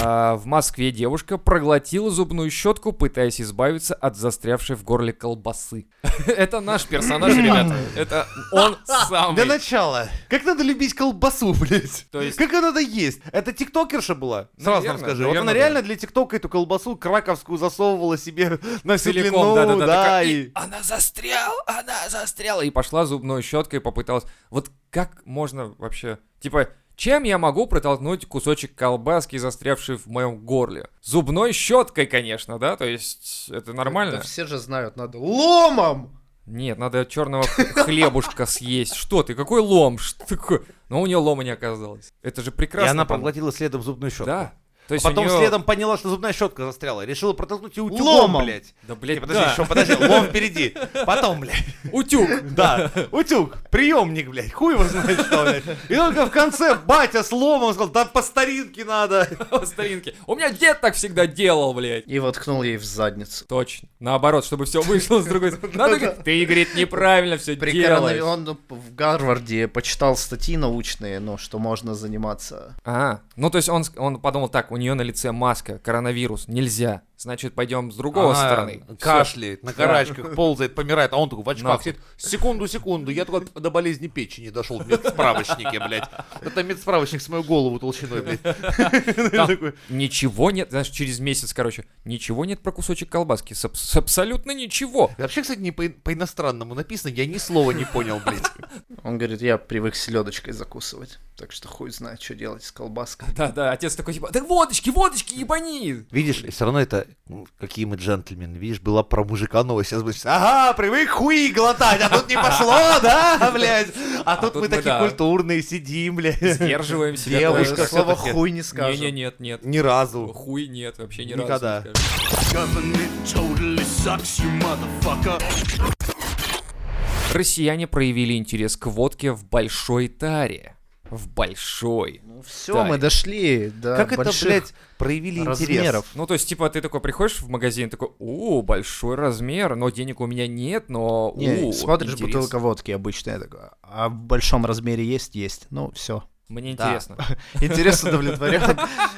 Speaker 2: А, в Москве девушка проглотила зубную щетку, пытаясь избавиться от застрявшей в горле колбасы. Это наш персонаж, ребята. Это он
Speaker 3: Для
Speaker 2: самый.
Speaker 3: начала, как надо любить колбасу, блядь?
Speaker 2: То есть- Ну,
Speaker 3: Как ее надо есть? Это тиктокерша была? Сразу
Speaker 2: Наверно,
Speaker 3: нам скажи. Вот она
Speaker 2: наверно,
Speaker 3: реально для тиктока эту колбасу краковскую засовывала себе на всю длину,
Speaker 2: Целиком, да, да, да. такая,
Speaker 3: и-
Speaker 2: «И Она застряла, она застряла. И пошла зубной щеткой, попыталась. Вот как можно вообще... Типа, чем я могу протолкнуть кусочек колбаски, застрявший в моем горле? Зубной щеткой, конечно, да? То есть, это нормально?
Speaker 1: Да все же знают, надо ломом!
Speaker 2: Нет, надо черного хлебушка съесть. Что ты? Какой лом? Что такое? Но у нее лома не оказалось. Это же
Speaker 3: И
Speaker 2: прекрасно.
Speaker 3: она
Speaker 2: по-моему.
Speaker 3: проглотила следом зубную щетку.
Speaker 2: Да. То есть
Speaker 3: а потом
Speaker 2: у неё-
Speaker 3: следом поняла, что зубная щетка застряла. Решила протолкнуть и утюгом,
Speaker 1: Ломом.
Speaker 3: блядь.
Speaker 2: Да,
Speaker 3: Не,
Speaker 2: блядь,
Speaker 3: подожди,
Speaker 2: Э, да.
Speaker 3: еще, подожди, лом впереди. Потом, блядь.
Speaker 2: Утюг.
Speaker 3: Да, утюг, приемник, блядь, хуй его знает что, блядь. И только в конце батя с ломом сказал, да по старинке надо.
Speaker 2: По старинке. У меня дед так всегда делал, блядь.
Speaker 1: И воткнул ей в задницу.
Speaker 2: Точно. Наоборот, чтобы все вышло с другой стороны. Надо, говорит, ты, говорит, неправильно все
Speaker 1: При коронавир-
Speaker 2: делаешь.
Speaker 1: Он ну, в Гарварде почитал статьи научные, ну, что можно заниматься.
Speaker 2: А, ну то есть он, с- он подумал так, у нее на лице маска, коронавирус, нельзя. Значит, пойдем с другой
Speaker 3: А,
Speaker 2: стороны. Всё.
Speaker 3: Кашляет, на карачках ползает, помирает, а он такой в очках
Speaker 2: Нахуй.
Speaker 3: сидит. Секунду, секунду, я только до болезни печени дошел в медсправочнике, блядь. Это медсправочник с мою голову толщиной, блядь. Ну, Я такой,
Speaker 2: Ничего нет, знаешь, через месяц, короче, ничего нет про кусочек колбаски. С аб- с абсолютно ничего.
Speaker 3: Вообще, кстати, не по- по-иностранному написано, я ни слова не понял, блядь.
Speaker 1: Он говорит, я привык селедочкой закусывать, так что хуй знает, что делать с колбаской.
Speaker 2: Да-да, отец такой, типа, да водочки, водочки, ебани!
Speaker 3: Видишь, и все равно это, ну, какие мы джентльмены, видишь, была про мужика новость, сейчас будет, ага, привык хуи глотать, а тут не пошло, да, блядь, а тут
Speaker 2: тут мы,
Speaker 3: мы такие
Speaker 2: да.
Speaker 3: культурные сидим, блядь,
Speaker 2: Сдерживаем себя.
Speaker 3: Девушка
Speaker 1: Э, Слова
Speaker 3: всё-таки.
Speaker 1: хуй не скажет. Н-у.
Speaker 2: Не, не, нет, нет.
Speaker 3: ни разу.
Speaker 2: Хуй нет, вообще ни
Speaker 3: Никогда.
Speaker 2: разу. не скажу.
Speaker 5: Government totally sucks, you motherfucker.
Speaker 2: Россияне проявили интерес к водке в большой таре. В большой.
Speaker 1: Все,
Speaker 2: Да.
Speaker 1: Ну, мы дошли до
Speaker 3: Как это,
Speaker 1: больших
Speaker 3: блядь, проявили интерес?
Speaker 1: размеров.
Speaker 2: Ну, то есть, типа, ты такой приходишь в магазин, такой, о, большой размер, но денег у меня нет, но...
Speaker 1: Не,
Speaker 2: о,
Speaker 1: смотришь,
Speaker 2: интерес».
Speaker 1: бутылка водки обычная такая, а в большом размере есть, есть. Ну, все.
Speaker 2: Мне
Speaker 1: Да.
Speaker 2: интересно.
Speaker 1: Интерес удовлетворен.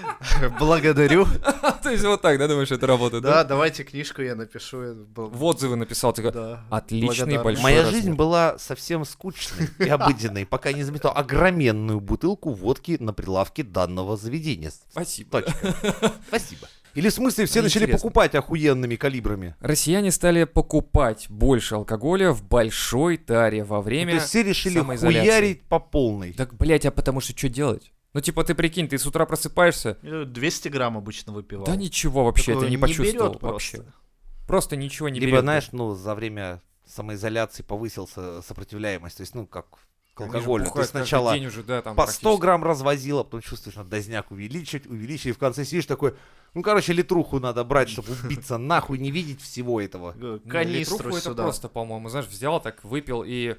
Speaker 1: Благодарю.
Speaker 2: А, То есть, вот так, да, думаешь, это работает,
Speaker 1: Да,
Speaker 2: да?
Speaker 1: давайте книжку я напишу. я был-
Speaker 2: В отзывы написал, такой,
Speaker 1: Да.
Speaker 2: отличный
Speaker 1: Благодарен.
Speaker 2: большой
Speaker 3: Моя
Speaker 2: размер».
Speaker 3: жизнь была совсем скучной и обыденной, пока не заметил огроменную бутылку водки на прилавке данного заведения.
Speaker 2: Спасибо.
Speaker 3: Точка. Спасибо. Или в смысле все начали
Speaker 2: Интересно.
Speaker 3: покупать охуенными калибрами? Ну,
Speaker 2: Россияне стали покупать больше алкоголя в большой таре во
Speaker 3: Ну,
Speaker 2: время...
Speaker 3: То есть все решили
Speaker 2: самоизоляции.
Speaker 3: хуярить по полной.
Speaker 2: Так, блядь, а потому что что делать? Ну, типа, ты прикинь, ты с утра просыпаешься,
Speaker 1: Я 200 грамм обычно выпивал.
Speaker 2: да ничего вообще,
Speaker 1: Такое
Speaker 2: ты не,
Speaker 1: берёт
Speaker 2: почувствовал
Speaker 1: просто.
Speaker 2: вообще. Просто ничего не
Speaker 3: Либо,
Speaker 2: берёт.
Speaker 3: знаешь, ну, за время самоизоляции повысился сопротивляемость. То есть, ну, как к
Speaker 2: Они же
Speaker 3: алкоголю. Ты
Speaker 2: бухают каждый
Speaker 3: сначала
Speaker 2: день уже, да, там,
Speaker 3: по 100
Speaker 2: практически.
Speaker 3: грамм развозила, потом чувствуешь, надо дозняк увеличить, увеличить, и в конце сидишь такой, ну, короче, литруху надо брать, чтобы убиться, нахуй не видеть всего этого.
Speaker 1: Г-
Speaker 2: Ну,
Speaker 1: Канистру
Speaker 2: литруху это
Speaker 1: сюда.
Speaker 2: просто, по-моему, знаешь, взял, так выпил и...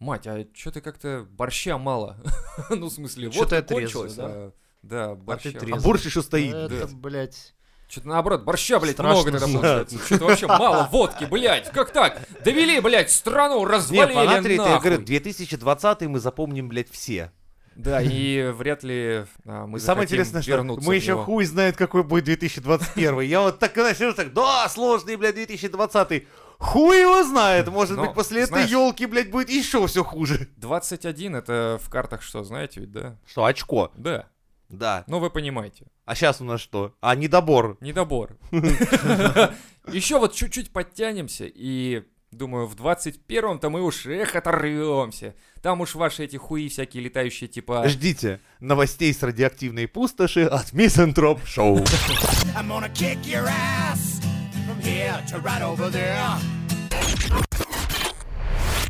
Speaker 2: Мать, а что ты как-то борща мало? ну, в смысле,
Speaker 1: Чё
Speaker 2: вот
Speaker 1: ты
Speaker 2: кончилось,
Speaker 1: отрезал,
Speaker 2: а- Да, борща.
Speaker 1: трезв.
Speaker 3: А борщ еще стоит.
Speaker 1: Это,
Speaker 3: блядь.
Speaker 1: блядь.
Speaker 2: Что-то наоборот, борща, блядь,
Speaker 1: Страшно
Speaker 2: много тогда
Speaker 1: знать.
Speaker 2: получается. Что-то вообще мало водки, блядь, как так? Довели, блядь, страну,
Speaker 3: Не,
Speaker 2: развалили
Speaker 3: понатри, это, я говорю,
Speaker 2: нахуй.
Speaker 3: 2020 мы запомним, блядь, все.
Speaker 2: Да, и вряд ли а, мы
Speaker 3: Самое
Speaker 2: захотим
Speaker 3: интересное, что
Speaker 2: вернуться
Speaker 3: мы
Speaker 2: в
Speaker 3: еще
Speaker 2: него.
Speaker 3: хуй знает, какой будет 2021. Я вот так когда сижу, так, да, сложный, блядь, 2020. Хуй его знает, может
Speaker 2: Но,
Speaker 3: быть, после
Speaker 2: знаешь-
Speaker 3: этой елки, блядь, будет еще все хуже.
Speaker 2: 21 это в картах что, знаете ведь, да?
Speaker 3: Что, очко?
Speaker 2: Да,
Speaker 3: Да.
Speaker 2: ну вы понимаете.
Speaker 3: А сейчас у нас что? А, недобор.
Speaker 2: Недобор. Еще вот чуть-чуть подтянемся, и думаю, в 21-м-то мы уж эх оторвемся. Там уж ваши эти хуи всякие летающие типа...
Speaker 3: Ждите новостей с радиоактивной пустоши от Мизантроп Шоу.
Speaker 5: I'm gonna kick your ass from here to right over there.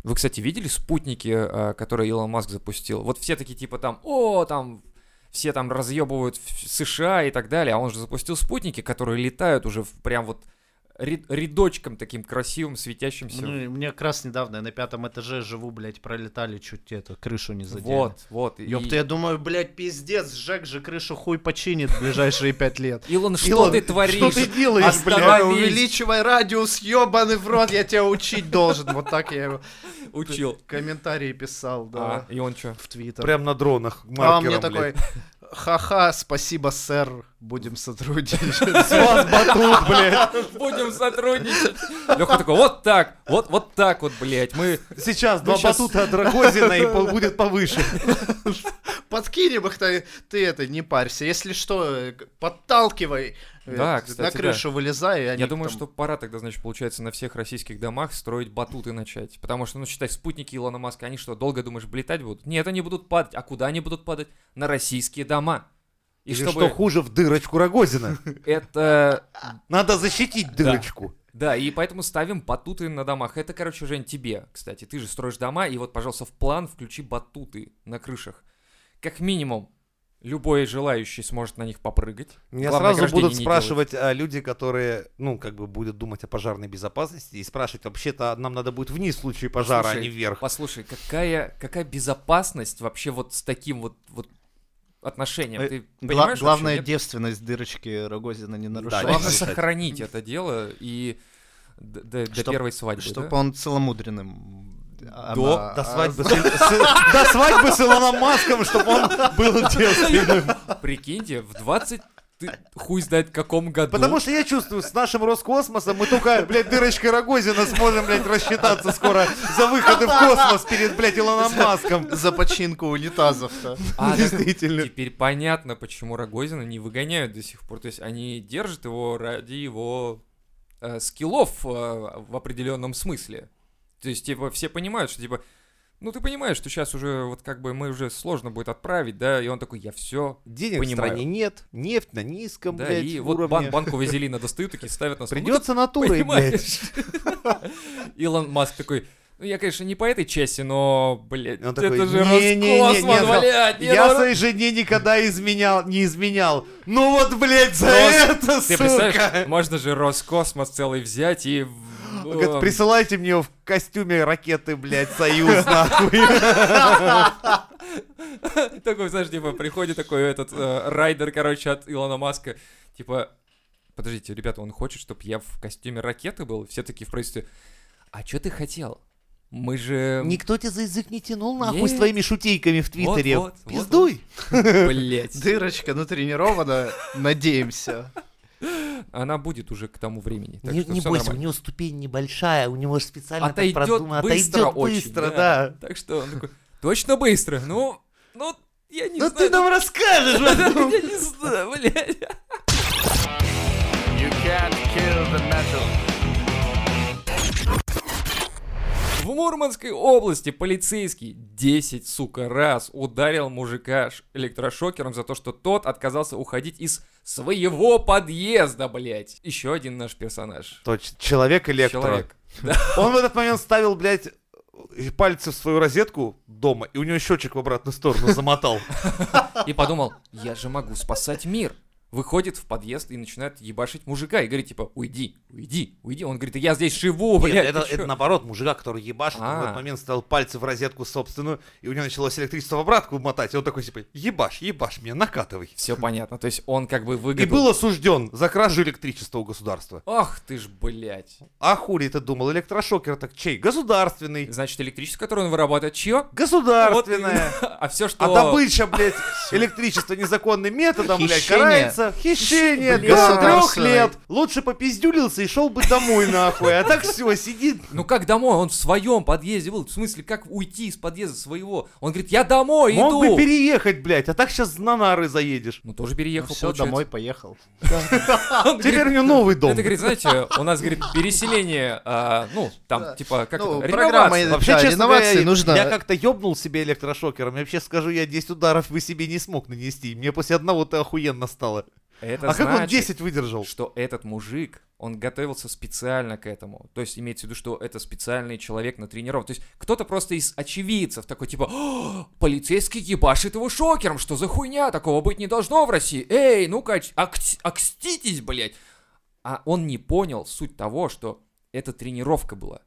Speaker 2: Вы, кстати, видели спутники, а, которые Илон Маск запустил? Вот все такие типа там, о, там, все там разъебывают в- в США и так далее, а он же запустил спутники, которые летают уже в- прям вот ря- рядочком таким красивым, светящимся.
Speaker 1: Мне, Ну, мне как раз недавно, я на пятом этаже живу, блядь, пролетали, чуть это, крышу не задели.
Speaker 2: вот, вот. и-
Speaker 1: Ёпта, я думаю, блядь, пиздец, Жек же крышу хуй починит в ближайшие пять лет.
Speaker 2: Илон, Ну, что
Speaker 1: Илон,
Speaker 2: ты творишь?
Speaker 1: Что ты делаешь, блядь?
Speaker 2: Остановись.
Speaker 1: Увеличивай радиус, ёбаный в рот, я тебя учить должен. Вот так я его
Speaker 2: Учил.
Speaker 1: комментарии писал, да.
Speaker 2: А, и он что?
Speaker 1: В Твиттер.
Speaker 3: Прям на дронах
Speaker 1: А он мне
Speaker 3: маркером,
Speaker 1: такой,
Speaker 3: блядь.
Speaker 1: ха-ха, спасибо, сэр, будем сотрудничать.
Speaker 3: С вас батут, блядь.
Speaker 2: Будем сотрудничать. Леха такой, вот так, вот, вот так вот, блядь. Мы
Speaker 3: Сейчас два
Speaker 2: Ну, щас-
Speaker 3: батута от Рогозина и по- будет повыше.
Speaker 1: Подкинем их, ты, ты это, не парься. Если что, э, подталкивай. э,
Speaker 2: Да, кстати,
Speaker 1: на
Speaker 2: да.
Speaker 1: крышу вылезай. и они
Speaker 2: Я думаю,
Speaker 1: там-
Speaker 2: что пора тогда, значит, получается, на всех российских домах строить батуты начать. Потому что, ну, считай, спутники Илона Маска, они что, долго, думаешь, влетать будут? Нет, они будут падать. А куда они будут падать? На российские дома. И
Speaker 3: Или
Speaker 2: чтобы
Speaker 3: что хуже, в дырочку Рогозина.
Speaker 2: это...
Speaker 3: Надо защитить дырочку.
Speaker 2: Да, и поэтому ставим батуты на домах. Это, короче, Жень, тебе, кстати. Ты же строишь дома, и вот, пожалуйста, в план включи батуты на крышах. Как минимум, любой желающий сможет на них попрыгать.
Speaker 3: Меня
Speaker 2: Главное,
Speaker 3: сразу
Speaker 2: ограждений
Speaker 3: будут
Speaker 2: не делать.
Speaker 3: спрашивать а, люди, которые, ну, как бы будут думать о пожарной безопасности и спрашивать, вообще-то нам надо будет вниз в случае пожара, а
Speaker 2: Слушай,
Speaker 3: не вверх.
Speaker 2: Послушай, какая, какая безопасность вообще вот с таким вот, вот отношением?
Speaker 1: Э,
Speaker 2: Ты
Speaker 1: Гла-
Speaker 2: понимаешь,
Speaker 1: главное,
Speaker 2: вообще, нет?
Speaker 1: девственность дырочки Рогозина не нарушать.
Speaker 2: главное
Speaker 3: Кстати.
Speaker 2: сохранить это дело и д- д- до
Speaker 1: Чтоб-
Speaker 2: первой свадьбы.
Speaker 1: Чтобы
Speaker 2: да?
Speaker 1: он целомудренным. а,
Speaker 3: До,
Speaker 1: она-
Speaker 3: до
Speaker 1: а,
Speaker 3: свадьбы с, с- до свадьбы с Илоном Маском, чтобы он был девственным.
Speaker 2: Прикиньте, в 20 ты хуй знает каком году.
Speaker 3: Потому что я чувствую, с нашим Роскосмосом мы только, блядь, дырочкой Рогозина сможем, блядь, рассчитаться скоро за выходы в космос перед, блядь, Илоном Маском.
Speaker 1: За починку унитазов-то.
Speaker 2: А, так
Speaker 3: Действительно.
Speaker 2: теперь понятно, почему Рогозина не выгоняют до сих пор. То есть они держат его ради его э, скиллов э, в определенном смысле. То есть, типа, все понимают, что, типа, ну, ты понимаешь, что сейчас уже, вот как бы, мы уже сложно будет отправить, да, и он такой, я все,
Speaker 3: Денег
Speaker 2: Понимаю.
Speaker 3: в стране нет, нефть на низком,
Speaker 2: да,
Speaker 3: блядь,
Speaker 2: и вот
Speaker 3: уровне.
Speaker 2: бан- банку вазелина достают, такие ставят на стол. Ну,
Speaker 3: Придется натурой, блядь.
Speaker 2: Понимаешь? Илон Маск такой, ну я, конечно, не по этой части, но, блядь,
Speaker 3: Он
Speaker 2: это
Speaker 3: такой,
Speaker 2: же
Speaker 3: «Не-не-не-не,
Speaker 2: Роскосмос,
Speaker 3: сказал,
Speaker 2: блядь, не,
Speaker 3: Я
Speaker 2: ну,
Speaker 3: своей жене никогда изменял, не изменял. Ну вот, блядь, за
Speaker 2: Рос-
Speaker 3: это,
Speaker 2: Ты
Speaker 3: сука!
Speaker 2: представляешь, можно же Роскосмос целый взять и... ну,
Speaker 3: Он говорит, присылайте мне его в костюме ракеты, блядь, Союз, нахуй.
Speaker 2: Такой, знаешь, типа, приходит такой этот э, райдер, короче, от Илона Маска, типа, подождите, ребята, он хочет, чтобы я в костюме ракеты был? Все такие в правительстве, а что ты хотел? Мы же...
Speaker 3: Никто тебя за язык не тянул,
Speaker 2: Нет.
Speaker 3: нахуй, с твоими шутейками в Твиттере.
Speaker 2: вот, вот,
Speaker 3: Пиздуй.
Speaker 2: Блять.
Speaker 1: Дырочка натренирована, надеемся.
Speaker 2: Она будет уже к тому времени. Так
Speaker 5: не
Speaker 2: что
Speaker 5: не
Speaker 2: всё
Speaker 5: бойся,
Speaker 2: нормально.
Speaker 5: у него ступень небольшая, у него же специально так
Speaker 2: отойдет
Speaker 5: продумано.
Speaker 2: быстро,
Speaker 5: Отойдет
Speaker 2: очень,
Speaker 5: быстро,
Speaker 2: да.
Speaker 5: да.
Speaker 2: Так что он такой, точно быстро. Ну, ну, я не
Speaker 3: Ну ты
Speaker 2: знаю.
Speaker 3: нам расскажешь, блядь.
Speaker 2: Я не знаю, блядь. В Мурманской области полицейский 10, сука, раз ударил мужика ш- электрошокером за то, что тот отказался уходить из своего подъезда, блядь. Еще один наш персонаж.
Speaker 3: Точно. Человек электро.
Speaker 2: Человек.
Speaker 3: Он в этот момент ставил, блядь, э, пальцы в свою розетку дома, и у него счетчик в обратную сторону замотал.
Speaker 2: И подумал, я же могу спасать мир. Выходит в подъезд и начинает ебашить мужика и говорит, типа, уйди, уйди, уйди. Он говорит, «Да я здесь живу,
Speaker 3: Нет,
Speaker 2: блядь.
Speaker 3: это,
Speaker 2: ты чё?»
Speaker 3: это наоборот, мужика, который ебашит, он в
Speaker 2: А.
Speaker 3: этот момент ставил пальцы в розетку собственную, и у него началось электричество в обратку мотать, и он такой типа, ебаш, ебаш меня, накатывай.
Speaker 2: Все понятно, то есть он как бы
Speaker 3: И
Speaker 2: выгодил.
Speaker 3: был осужден за кражу электричества у государства.
Speaker 2: Ах ты ж, блядь.
Speaker 3: А хули ты думал, электрошокер так чей? Государственный.
Speaker 2: Значит, электричество, которое он вырабатывает, чье?
Speaker 3: Государственное.
Speaker 2: А все, что...
Speaker 3: А добыча, блядь, электричества незаконным методом, блядь,
Speaker 1: Хищение.
Speaker 3: карается. Хищение,
Speaker 1: Блядь.
Speaker 3: до трех
Speaker 1: Государственный.
Speaker 3: лет. Лучше попиздюлился и шел бы домой, нахуй. А так все, сидит.
Speaker 2: Ну как домой? Он в своем подъезде был. В смысле, как уйти из подъезда своего? Он говорит, я домой
Speaker 3: Мог
Speaker 2: иду.
Speaker 3: бы переехать, блядь, а так сейчас на нары заедешь.
Speaker 2: Ну тоже переехал,
Speaker 1: Все,
Speaker 2: получается.
Speaker 1: домой поехал.
Speaker 2: Он
Speaker 3: Теперь
Speaker 2: говорит,
Speaker 3: у него новый дом.
Speaker 2: Это, говорит, знаете, у нас, говорит, переселение, а, ну, там, типа, как
Speaker 1: Ну,
Speaker 2: это,
Speaker 1: программа
Speaker 2: реновация.
Speaker 3: Вообще,
Speaker 1: Да,
Speaker 3: честно
Speaker 1: реновации
Speaker 3: говоря, я-
Speaker 1: нужно-
Speaker 3: Я как-то ёбнул себе электрошокером. Я вообще скажу, я 10 ударов вы себе не смог нанести. Мне после одного-то охуенно стало.
Speaker 2: Это
Speaker 3: А как он
Speaker 2: значит,
Speaker 3: 10 выдержал?
Speaker 2: что этот мужик, он готовился специально к этому. То есть имеется в виду, что это специальный человек натренирован. То есть кто-то просто из очевидцев такой типа «О, полицейский ебашит его шокером, что за хуйня, такого быть не должно в России. Эй, ну-ка, оч- акс- акститесь, блядь. а он не понял суть того, что это тренировка была.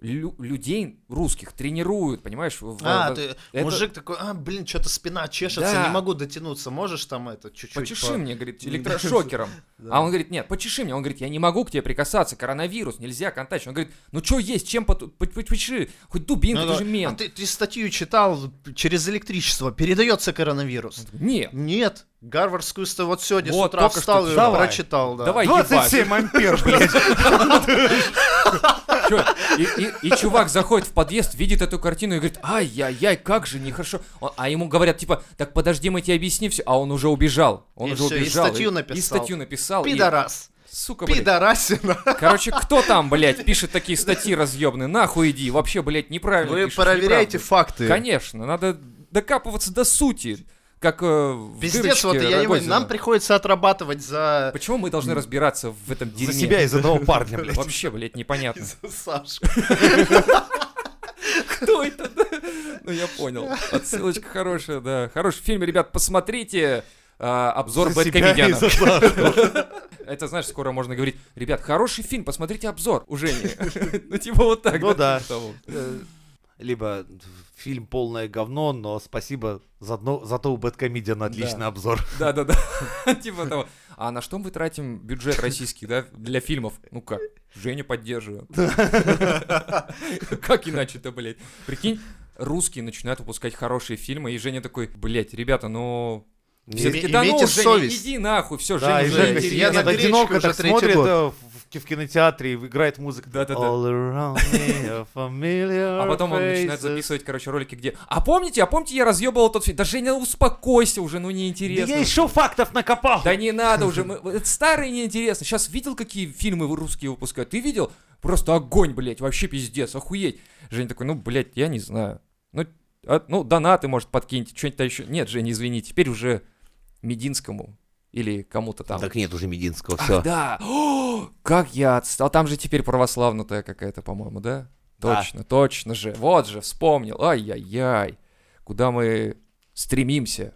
Speaker 2: Лю- людей русских тренируют, понимаешь? в- в-
Speaker 6: А,
Speaker 2: в-
Speaker 6: ты,
Speaker 2: это-
Speaker 6: мужик такой, а, блин, что-то спина чешется,
Speaker 2: Да.
Speaker 6: не могу дотянуться, можешь там это чуть-чуть...
Speaker 2: Почеши
Speaker 6: по-
Speaker 2: мне, говорит, электрошокером. А он говорит, нет, почеши мне. Он говорит, я не могу к тебе прикасаться, коронавирус, нельзя контачить. Он говорит, ну что есть, чем поту- по- по- почеши, хоть дубинка,
Speaker 6: Ну,
Speaker 2: ты же
Speaker 6: да. А
Speaker 2: мент.
Speaker 6: ты, ты статью читал, через электричество передается коронавирус.
Speaker 2: Нет, ну
Speaker 6: Нет, Гарвардскую ст- вот сегодня
Speaker 2: Вот,
Speaker 6: с утра
Speaker 2: только
Speaker 6: встал
Speaker 2: что
Speaker 6: и
Speaker 2: читал.
Speaker 6: прочитал. Да.
Speaker 2: давай ебать.
Speaker 3: 27 ампер, блядь.
Speaker 2: Чё? И, и- и чувак заходит в подъезд, видит эту картину и говорит, ай-яй-яй, как же нехорошо. Он- а ему говорят, типа, так подожди, мы тебе объясним все. А он уже убежал. Он
Speaker 6: И
Speaker 2: уже
Speaker 6: всё, и
Speaker 2: убежал.
Speaker 6: статью
Speaker 2: И
Speaker 6: написал.
Speaker 2: статью написал. и-
Speaker 6: Пидорас.
Speaker 2: сука, блядь.
Speaker 6: Пидорасина.
Speaker 2: Короче, кто там, блядь, пишет такие статьи разъебные? Нахуй иди. Вообще, блядь, неправильно
Speaker 6: Вы
Speaker 2: пишешь,
Speaker 6: проверяйте
Speaker 2: неправду.
Speaker 6: факты.
Speaker 2: Конечно, надо докапываться до сути. Как э, в
Speaker 6: Пиздец,
Speaker 2: дырочке
Speaker 6: вот я не понимаю,
Speaker 2: Рогозина.
Speaker 6: нам приходится отрабатывать за...
Speaker 2: Почему мы должны разбираться в этом дерьме?
Speaker 3: За себя и за одного парня, блядь.
Speaker 2: Вообще, блядь, непонятно.
Speaker 6: за Сашку.
Speaker 2: Кто это? да? Ну, я понял. Отсылочка хорошая, да. Хороший фильм, ребят, посмотрите. а, обзор
Speaker 3: За себя и
Speaker 2: Бэткомедиана.
Speaker 3: за Сашку.
Speaker 2: Это, знаешь, скоро можно говорить, ребят, хороший фильм, посмотрите обзор. Уже не. Ну, типа вот так.
Speaker 3: Ну да.
Speaker 2: типа того.
Speaker 3: Либо фильм полное говно, но спасибо за дно- зато у Бэткомедиана отличный
Speaker 2: Да.
Speaker 3: обзор.
Speaker 2: Да-да-да. Типа того. А на что мы тратим бюджет российский, да, для фильмов? Ну как? Женя поддерживает. Как иначе-то, блядь? Прикинь, русские начинают выпускать хорошие фильмы, и Женя такой, блядь, ребята, ну... Все
Speaker 6: Име-
Speaker 2: таки, да ну,
Speaker 6: имейте
Speaker 2: Женя,
Speaker 6: совесть».
Speaker 2: иди нахуй, все, Женя
Speaker 3: Да, и
Speaker 6: уже
Speaker 2: уже
Speaker 3: Женя
Speaker 6: интересно.
Speaker 3: сидит
Speaker 6: Я на
Speaker 3: одиночко
Speaker 6: гречке
Speaker 3: так
Speaker 6: уже третий
Speaker 3: смотрит
Speaker 6: год.
Speaker 3: э, в- в кинотеатре и играет музыка.
Speaker 2: Да-да-да.
Speaker 3: All around me are familiar
Speaker 2: А потом он начинает
Speaker 3: faces.
Speaker 2: записывать, короче, ролики, где «А помните, а помните, я разъебал тот фильм?» Да, Женя, успокойся уже, ну
Speaker 3: Да
Speaker 2: неинтересно.
Speaker 3: я еще фактов накопал!
Speaker 2: Да не надо уже, мы... это старые неинтересно. Сейчас видел, какие фильмы вы русские выпускают? Ты видел? Просто огонь, блядь, вообще пиздец, охуеть. Женя такой, ну, блядь, я не знаю. Ну, а- ну донаты, может, подкиньте, что-нибудь там еще. Нет, Женя, извини, теперь уже Мединскому или кому-то там.
Speaker 3: Так нет уже Мединского,
Speaker 6: А,
Speaker 2: Ах,
Speaker 3: все.
Speaker 2: да! О, как я отстал. Там же теперь православная какая-то, по-моему, да?
Speaker 3: Да.
Speaker 2: Точно, точно же. Вот же, вспомнил. Ай-яй-яй. Куда мы стремимся.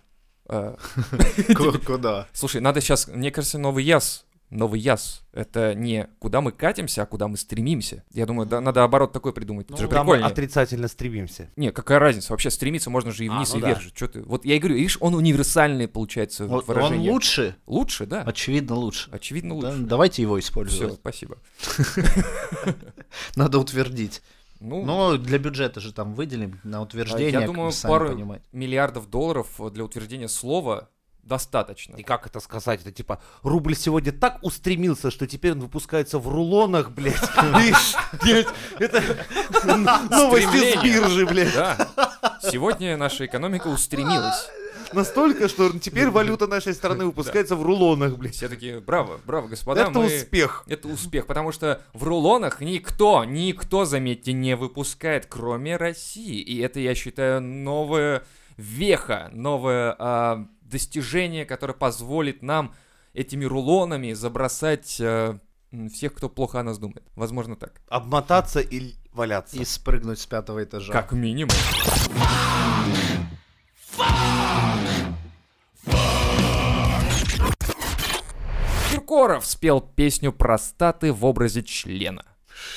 Speaker 2: Э,
Speaker 6: Ку- Куда?
Speaker 2: Слушай, надо сейчас, мне кажется, новый яс. Новый яс. Это не куда мы катимся, а куда мы стремимся. Я думаю, да, надо оборот такой придумать. Это же
Speaker 3: Там Ну, мы
Speaker 2: прикольнее.
Speaker 3: отрицательно стремимся.
Speaker 2: Не, какая разница? Вообще стремиться можно же и
Speaker 3: А,
Speaker 2: вниз,
Speaker 3: ну
Speaker 2: и
Speaker 3: да.
Speaker 2: вверх. же. Чё ты? Вот я и говорю, видишь, он универсальный получается в
Speaker 6: Вот Он
Speaker 2: выражении.
Speaker 6: лучше?
Speaker 2: Лучше, да.
Speaker 1: А
Speaker 6: Очевидно, лучше.
Speaker 2: Очевидно,
Speaker 6: Да,
Speaker 2: А. лучше.
Speaker 6: Давайте его
Speaker 2: Все,
Speaker 6: использовать.
Speaker 2: спасибо.
Speaker 6: Надо утвердить.
Speaker 2: Ну,
Speaker 6: Ну, для бюджета же там выделим на утверждение.
Speaker 2: А я
Speaker 6: как
Speaker 2: думаю,
Speaker 6: вы сами
Speaker 2: пару
Speaker 6: понимаете.
Speaker 2: миллиардов долларов для утверждения слова достаточно.
Speaker 3: И как это сказать? Это типа, рубль сегодня так устремился, что теперь он выпускается в рулонах, блядь. И, блядь, ну, Это новости с
Speaker 2: Стремление.
Speaker 3: биржи, блядь.
Speaker 2: Да. Сегодня наша экономика устремилась.
Speaker 3: Настолько, что теперь валюта нашей страны выпускается в рулонах, блядь.
Speaker 2: Все такие, браво, браво, господа.
Speaker 3: Это
Speaker 2: Типа, мы-
Speaker 3: успех.
Speaker 2: Это успех, потому что в рулонах никто, никто, заметьте, не выпускает, кроме России. И это, я считаю, новое веха, новое а, достижение, которое позволит нам этими рулонами забросать э, м, всех, кто плохо о нас думает. Возможно, так.
Speaker 3: Обмотаться и валяться.
Speaker 6: И спрыгнуть с пятого этажа.
Speaker 2: Как минимум. Киркоров спел песню простаты в образе члена.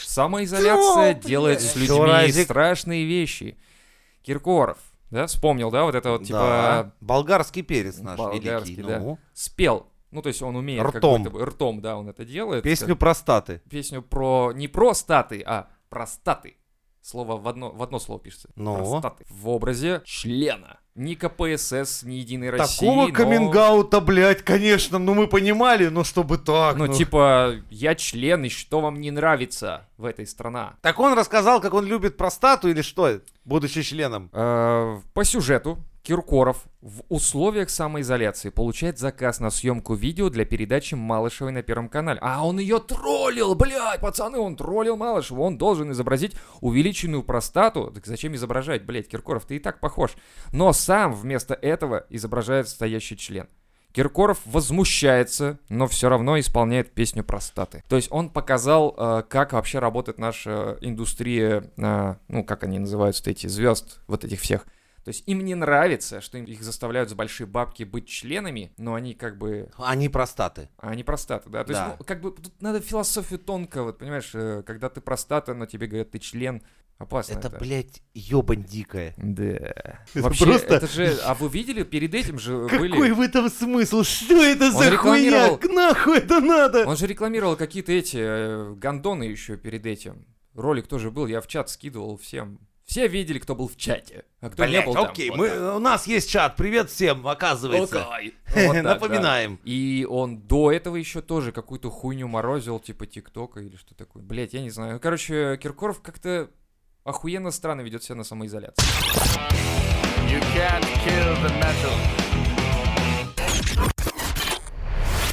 Speaker 2: Самоизоляция делает с людьми
Speaker 3: Всё, Разик.
Speaker 2: страшные вещи. Киркоров, да, вспомнил, да, вот это вот, типа,
Speaker 3: Да. болгарский перец наш
Speaker 2: болгарский,
Speaker 3: великий.
Speaker 2: да.
Speaker 3: ну.
Speaker 2: спел. Ну, то есть он умеет как
Speaker 3: Ртом.
Speaker 2: будто бы- ртом, да, он это делает.
Speaker 3: Песню простаты.
Speaker 2: Песню про, не про статы, а про статы. Слово в одно, в одно слово пишется.
Speaker 3: Ну.
Speaker 2: Простаты. В образе члена. Ни КПСС, ни Единой России.
Speaker 3: Такого
Speaker 2: но-
Speaker 3: камингаута, блядь, конечно, ну мы понимали, но чтобы так.
Speaker 2: Ну, типа, я член, и что вам не нравится в этой стране?
Speaker 3: Так он рассказал, как он любит простату или что, будучи членом?
Speaker 2: Э, По сюжету Киркоров в условиях самоизоляции получает заказ на съемку видео для передачи Малышевой на Первом канале. А он ее троллил, блядь, пацаны, он троллил Малышеву, он должен изобразить увеличенную простату. Так зачем изображать, блядь, Киркоров, ты и так похож. Но сам вместо этого изображает стоящий член. Киркоров возмущается, но все равно исполняет песню простаты. То есть он показал, э, как вообще работает наша индустрия, э, ну, как они называются, эти звезд, вот этих всех. То есть им не нравится, что им- их заставляют за большие бабки быть членами, но они как бы
Speaker 3: Они простаты.
Speaker 2: а не простата, да? То
Speaker 3: Да.
Speaker 2: есть, ну, как бы, тут надо философию тонко, вот, понимаешь, э, когда ты простата, но тебе говорят, ты член, опасно Ну, это.
Speaker 3: Это, блядь, ёбань дикая.
Speaker 2: Да.
Speaker 3: Это
Speaker 2: Вообще,
Speaker 3: просто-
Speaker 2: это же, а вы видели, перед этим же
Speaker 3: Какой
Speaker 2: были...
Speaker 3: в этом смысл? Что это за
Speaker 2: рекламировал-
Speaker 3: хуяк? Нахуй это надо?
Speaker 2: Он же рекламировал какие-то эти э, гондоны еще перед этим. Ролик тоже был, я в чат скидывал всем. Все видели, кто был в чате, а кто не
Speaker 3: Блядь,
Speaker 2: был
Speaker 3: окей,
Speaker 2: там.
Speaker 3: мы,
Speaker 2: Вот
Speaker 3: у нас есть чат, привет всем, оказывается.
Speaker 2: так. Вот так, да.
Speaker 3: Напоминаем.
Speaker 2: И он до этого еще тоже какую-то хуйню морозил, типа ТикТока или что такое. Блять, я не знаю. Ну, Короче, Киркоров как-то охуенно странно ведет себя на самоизоляции.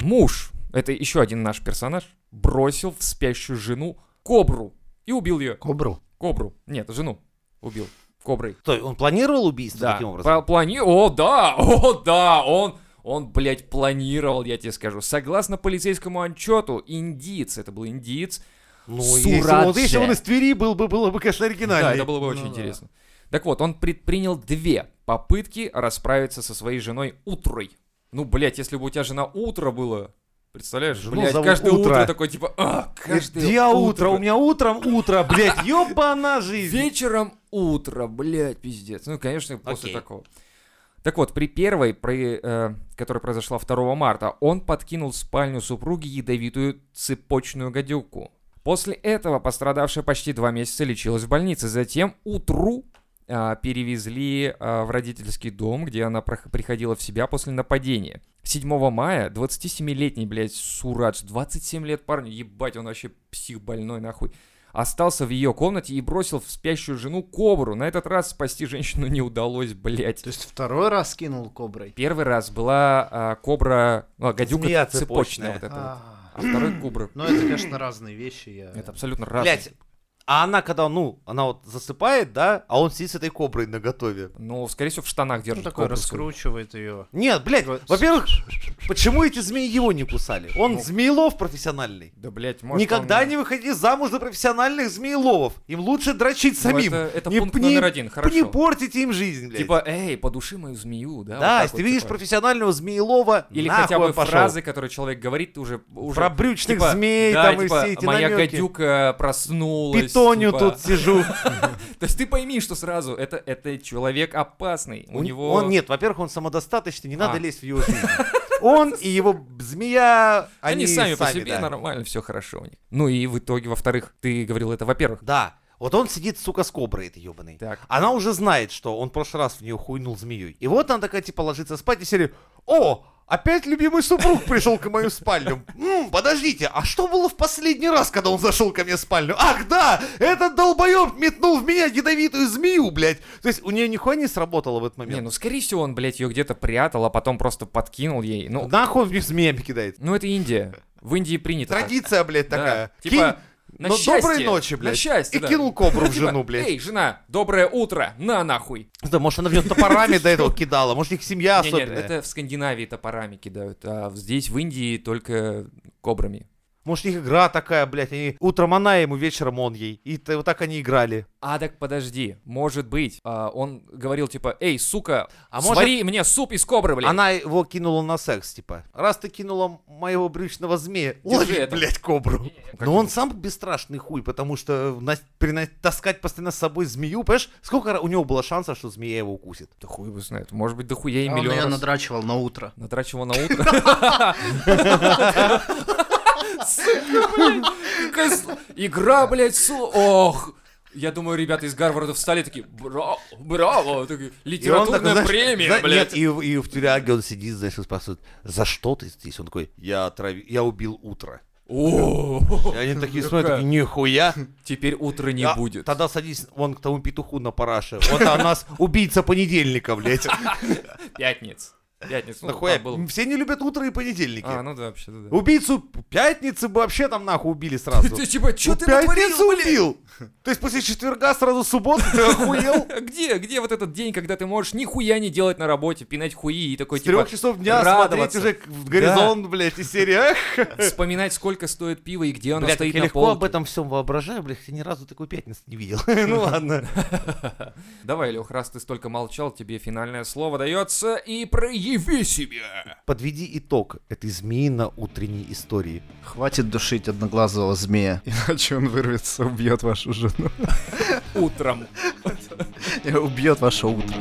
Speaker 2: Муж, это еще один наш персонаж, бросил в спящую жену кобру и убил ее.
Speaker 1: Кобру.
Speaker 2: Кобру. Нет, жену убил. Коброй.
Speaker 3: Что, он планировал убийство
Speaker 2: Да.
Speaker 3: таким образом?
Speaker 2: плани- О, да, о, да, он... Он, блядь, планировал, я тебе скажу. Согласно полицейскому отчету, индиец, это был индиец,
Speaker 3: Ну,
Speaker 2: Сураджа.
Speaker 3: если он, если он из Твери был бы, было бы, конечно, оригинально.
Speaker 2: Да, это было бы очень интересно. Так вот, он предпринял две попытки расправиться со своей женой утрой. Ну, блядь, если бы у тебя жена утро было, представляешь,
Speaker 3: Жену
Speaker 2: блядь,
Speaker 3: зовут
Speaker 2: каждое утро.
Speaker 3: Утро.
Speaker 2: такое, типа, а, каждое
Speaker 3: Я
Speaker 2: утро,
Speaker 3: утро, у меня утром утро, блядь, ёбана жизнь.
Speaker 2: Вечером утро, блядь, пиздец. Ну, конечно, после
Speaker 3: Окей.
Speaker 2: такого. Так вот, при первой, при, э, которая произошла 2 марта, он подкинул в спальню супруги ядовитую цепочную гадюку. После этого пострадавшая почти два месяца лечилась в больнице. Затем утру а, перевезли а, в родительский дом, где она прох- приходила в себя после нападения. 7 мая 27-летний, блядь, Сурадж, 27 лет парню, ебать, он вообще псих больной нахуй, остался в ее комнате и бросил в спящую жену кобру. На этот раз спасти женщину не удалось, блядь.
Speaker 1: То есть второй раз кинул коброй.
Speaker 2: Первый раз была а, кобра, ну, а, гадюка
Speaker 3: Змея
Speaker 2: цепочная,
Speaker 3: цепочная.
Speaker 2: вот эта вот.
Speaker 1: А.
Speaker 2: а второй кобра.
Speaker 1: Ну это, конечно, разные вещи. Я... Ну,
Speaker 2: Это абсолютно разные.
Speaker 3: Блядь, а она когда, ну, она вот засыпает, да, а он сидит с этой коброй наготове.
Speaker 2: Ну, скорее всего, в штанах держит
Speaker 1: Ну, такой
Speaker 2: кобру свою.
Speaker 1: раскручивает ее.
Speaker 3: Нет, блядь,
Speaker 1: Вот.
Speaker 3: во-первых, почему эти змеи его не кусали? Он змеелов профессиональный.
Speaker 2: Да, блядь, Ну. может,
Speaker 3: Никогда
Speaker 2: он-
Speaker 3: не выходи замуж за профессиональных змееловов. Им лучше дрочить
Speaker 2: Ну,
Speaker 3: самим.
Speaker 2: это- это
Speaker 3: не,
Speaker 2: пункт
Speaker 3: не-
Speaker 2: номер один, хорошо.
Speaker 3: Не портите им жизнь, блядь.
Speaker 2: Типа, эй, подуши мою змею, да?
Speaker 3: да,
Speaker 2: вот так
Speaker 3: если ты
Speaker 2: вот,
Speaker 3: видишь
Speaker 2: типа.
Speaker 3: профессионального змеелова,
Speaker 2: Или
Speaker 3: нахуй
Speaker 2: хотя бы
Speaker 3: он пошел.
Speaker 2: фразы, которые человек говорит, ты уже... уже
Speaker 3: Про брючных
Speaker 2: типа,
Speaker 3: змей
Speaker 2: да,
Speaker 3: там и
Speaker 2: типа,
Speaker 3: все эти
Speaker 2: моя
Speaker 3: намеки.
Speaker 2: гадюка проснулась.
Speaker 3: Питоню
Speaker 2: типа.
Speaker 3: тут сижу.
Speaker 2: То есть ты пойми, что сразу, это, это человек опасный. У,
Speaker 3: Он-
Speaker 2: него...
Speaker 3: Он, нет, во-первых, он самодостаточный, не надо
Speaker 2: А.
Speaker 3: лезть в его жизнь. Он и его б- змея,
Speaker 2: Они,
Speaker 3: они
Speaker 2: сами, по себе
Speaker 3: да.
Speaker 2: нормально, все хорошо у них. Ну и в итоге, во-вторых, ты говорил это, во-первых.
Speaker 3: Да. Вот он сидит, сука, с коброй этой ебаной.
Speaker 2: Так.
Speaker 3: Она уже знает, что он в прошлый раз в нее хуйнул змеей. И вот она такая, типа, ложится спать и серии «О, опять любимый супруг пришел ко мою спальню. М, подождите, а что было в последний раз, когда он зашел ко мне в спальню? Ах, да, этот долбоеб метнул в меня ядовитую змею, блядь. То есть у нее нихуя не сработало в этот
Speaker 2: Не,
Speaker 3: момент.
Speaker 2: ну скорее всего он, блядь, ее где-то прятал, а потом просто подкинул ей. Ну,
Speaker 3: Нахуй он в неё змеями кидает.
Speaker 2: ну это Индия. В Индии принято. так.
Speaker 3: Традиция, блядь,
Speaker 2: Да,
Speaker 3: такая.
Speaker 2: Типа,
Speaker 3: Кинь-
Speaker 2: на
Speaker 3: но
Speaker 2: счастье,
Speaker 3: доброй ночи,
Speaker 2: На
Speaker 3: блядь.
Speaker 2: счастье,
Speaker 3: И
Speaker 2: да.
Speaker 3: кинул кобру в
Speaker 2: Типа,
Speaker 3: жену, блядь.
Speaker 2: Эй, жена, доброе утро, на нахуй.
Speaker 3: Да, может, она в нее топорами до этого кидала, может, их семья
Speaker 2: Не, не,
Speaker 3: особенная.
Speaker 2: это в Скандинавии топорами кидают, а здесь, в Индии, только кобрами.
Speaker 3: Может, их игра такая, блядь, они утром она ему, вечером он ей. И т- вот так они играли.
Speaker 2: А так подожди, может быть, а, он говорил типа, эй, сука,
Speaker 3: А
Speaker 2: свари мне суп из кобры, блядь.
Speaker 3: Она его кинула на секс, типа. Раз ты кинула моего брючного змея, лови,
Speaker 2: это.
Speaker 3: блядь, кобру.
Speaker 2: как
Speaker 3: Но он
Speaker 2: ты-
Speaker 3: сам бесстрашный хуй, потому что на- прина- таскать постоянно с собой змею, понимаешь, сколько ра- у него было шансов, что змея его укусит?
Speaker 2: Да хуй его знает, может быть, дохуя и
Speaker 1: А он
Speaker 2: миллион
Speaker 1: ее
Speaker 2: раз.
Speaker 1: надрачивал на утро.
Speaker 2: Натрачивал на утро. Сука, блядь, какая сл- Игра, блядь, сл- Ох. Я думаю, ребята из Гарварда встали такие, браво, браво, такие,
Speaker 3: И он такой,
Speaker 2: литературная
Speaker 3: знаешь,
Speaker 2: премия,
Speaker 3: зна-
Speaker 2: блядь.
Speaker 3: Нет, и, в- и в тюряге он сидит, знаешь, и спрашивает, за что ты здесь? Он такой, я, отрави- я убил утро.
Speaker 2: О,
Speaker 3: И они такие смотрят, такие, нихуя.
Speaker 2: Теперь утра не
Speaker 3: А,
Speaker 2: будет.
Speaker 3: Тогда садись вон к тому петуху на параше. Вот у нас убийца понедельника, блядь.
Speaker 2: Пятниц. Пятницу. ну,
Speaker 3: Нахуя?
Speaker 2: там был-
Speaker 3: Все не любят утро и понедельники.
Speaker 2: А, ну да, вообще, да, да.
Speaker 3: Убийцу пятницы бы вообще там нахуй убили сразу.
Speaker 2: Ты типа, чё
Speaker 3: Ну,
Speaker 2: ты
Speaker 3: пятницу
Speaker 2: натворил, блин?
Speaker 3: убил? То есть после четверга сразу суббота, ты охуел?
Speaker 2: Где, где вот этот день, когда ты можешь нихуя не делать на работе, пинать хуи и такой,
Speaker 3: С трех
Speaker 2: типа,
Speaker 3: часов дня смотреть
Speaker 2: радоваться.
Speaker 3: уже к- в горизонт, блядь, и серии. Эх,
Speaker 2: вспоминать, сколько стоит пиво и где оно
Speaker 3: Бля,
Speaker 2: стоит
Speaker 3: как я
Speaker 2: на
Speaker 3: легко
Speaker 2: полке.
Speaker 3: об этом всем воображаю, блядь, я ни разу такой пятницы не видел. Ну ладно.
Speaker 2: Давай, Лех, раз ты столько молчал, тебе финальное слово дается и прояви себя.
Speaker 3: Подведи итог этой змеино-утренней истории.
Speaker 6: Хватит душить одноглазого змея,
Speaker 1: Иначе он вырвется, убьет вашу жену.
Speaker 2: Утром.
Speaker 1: Убьет ваше утро.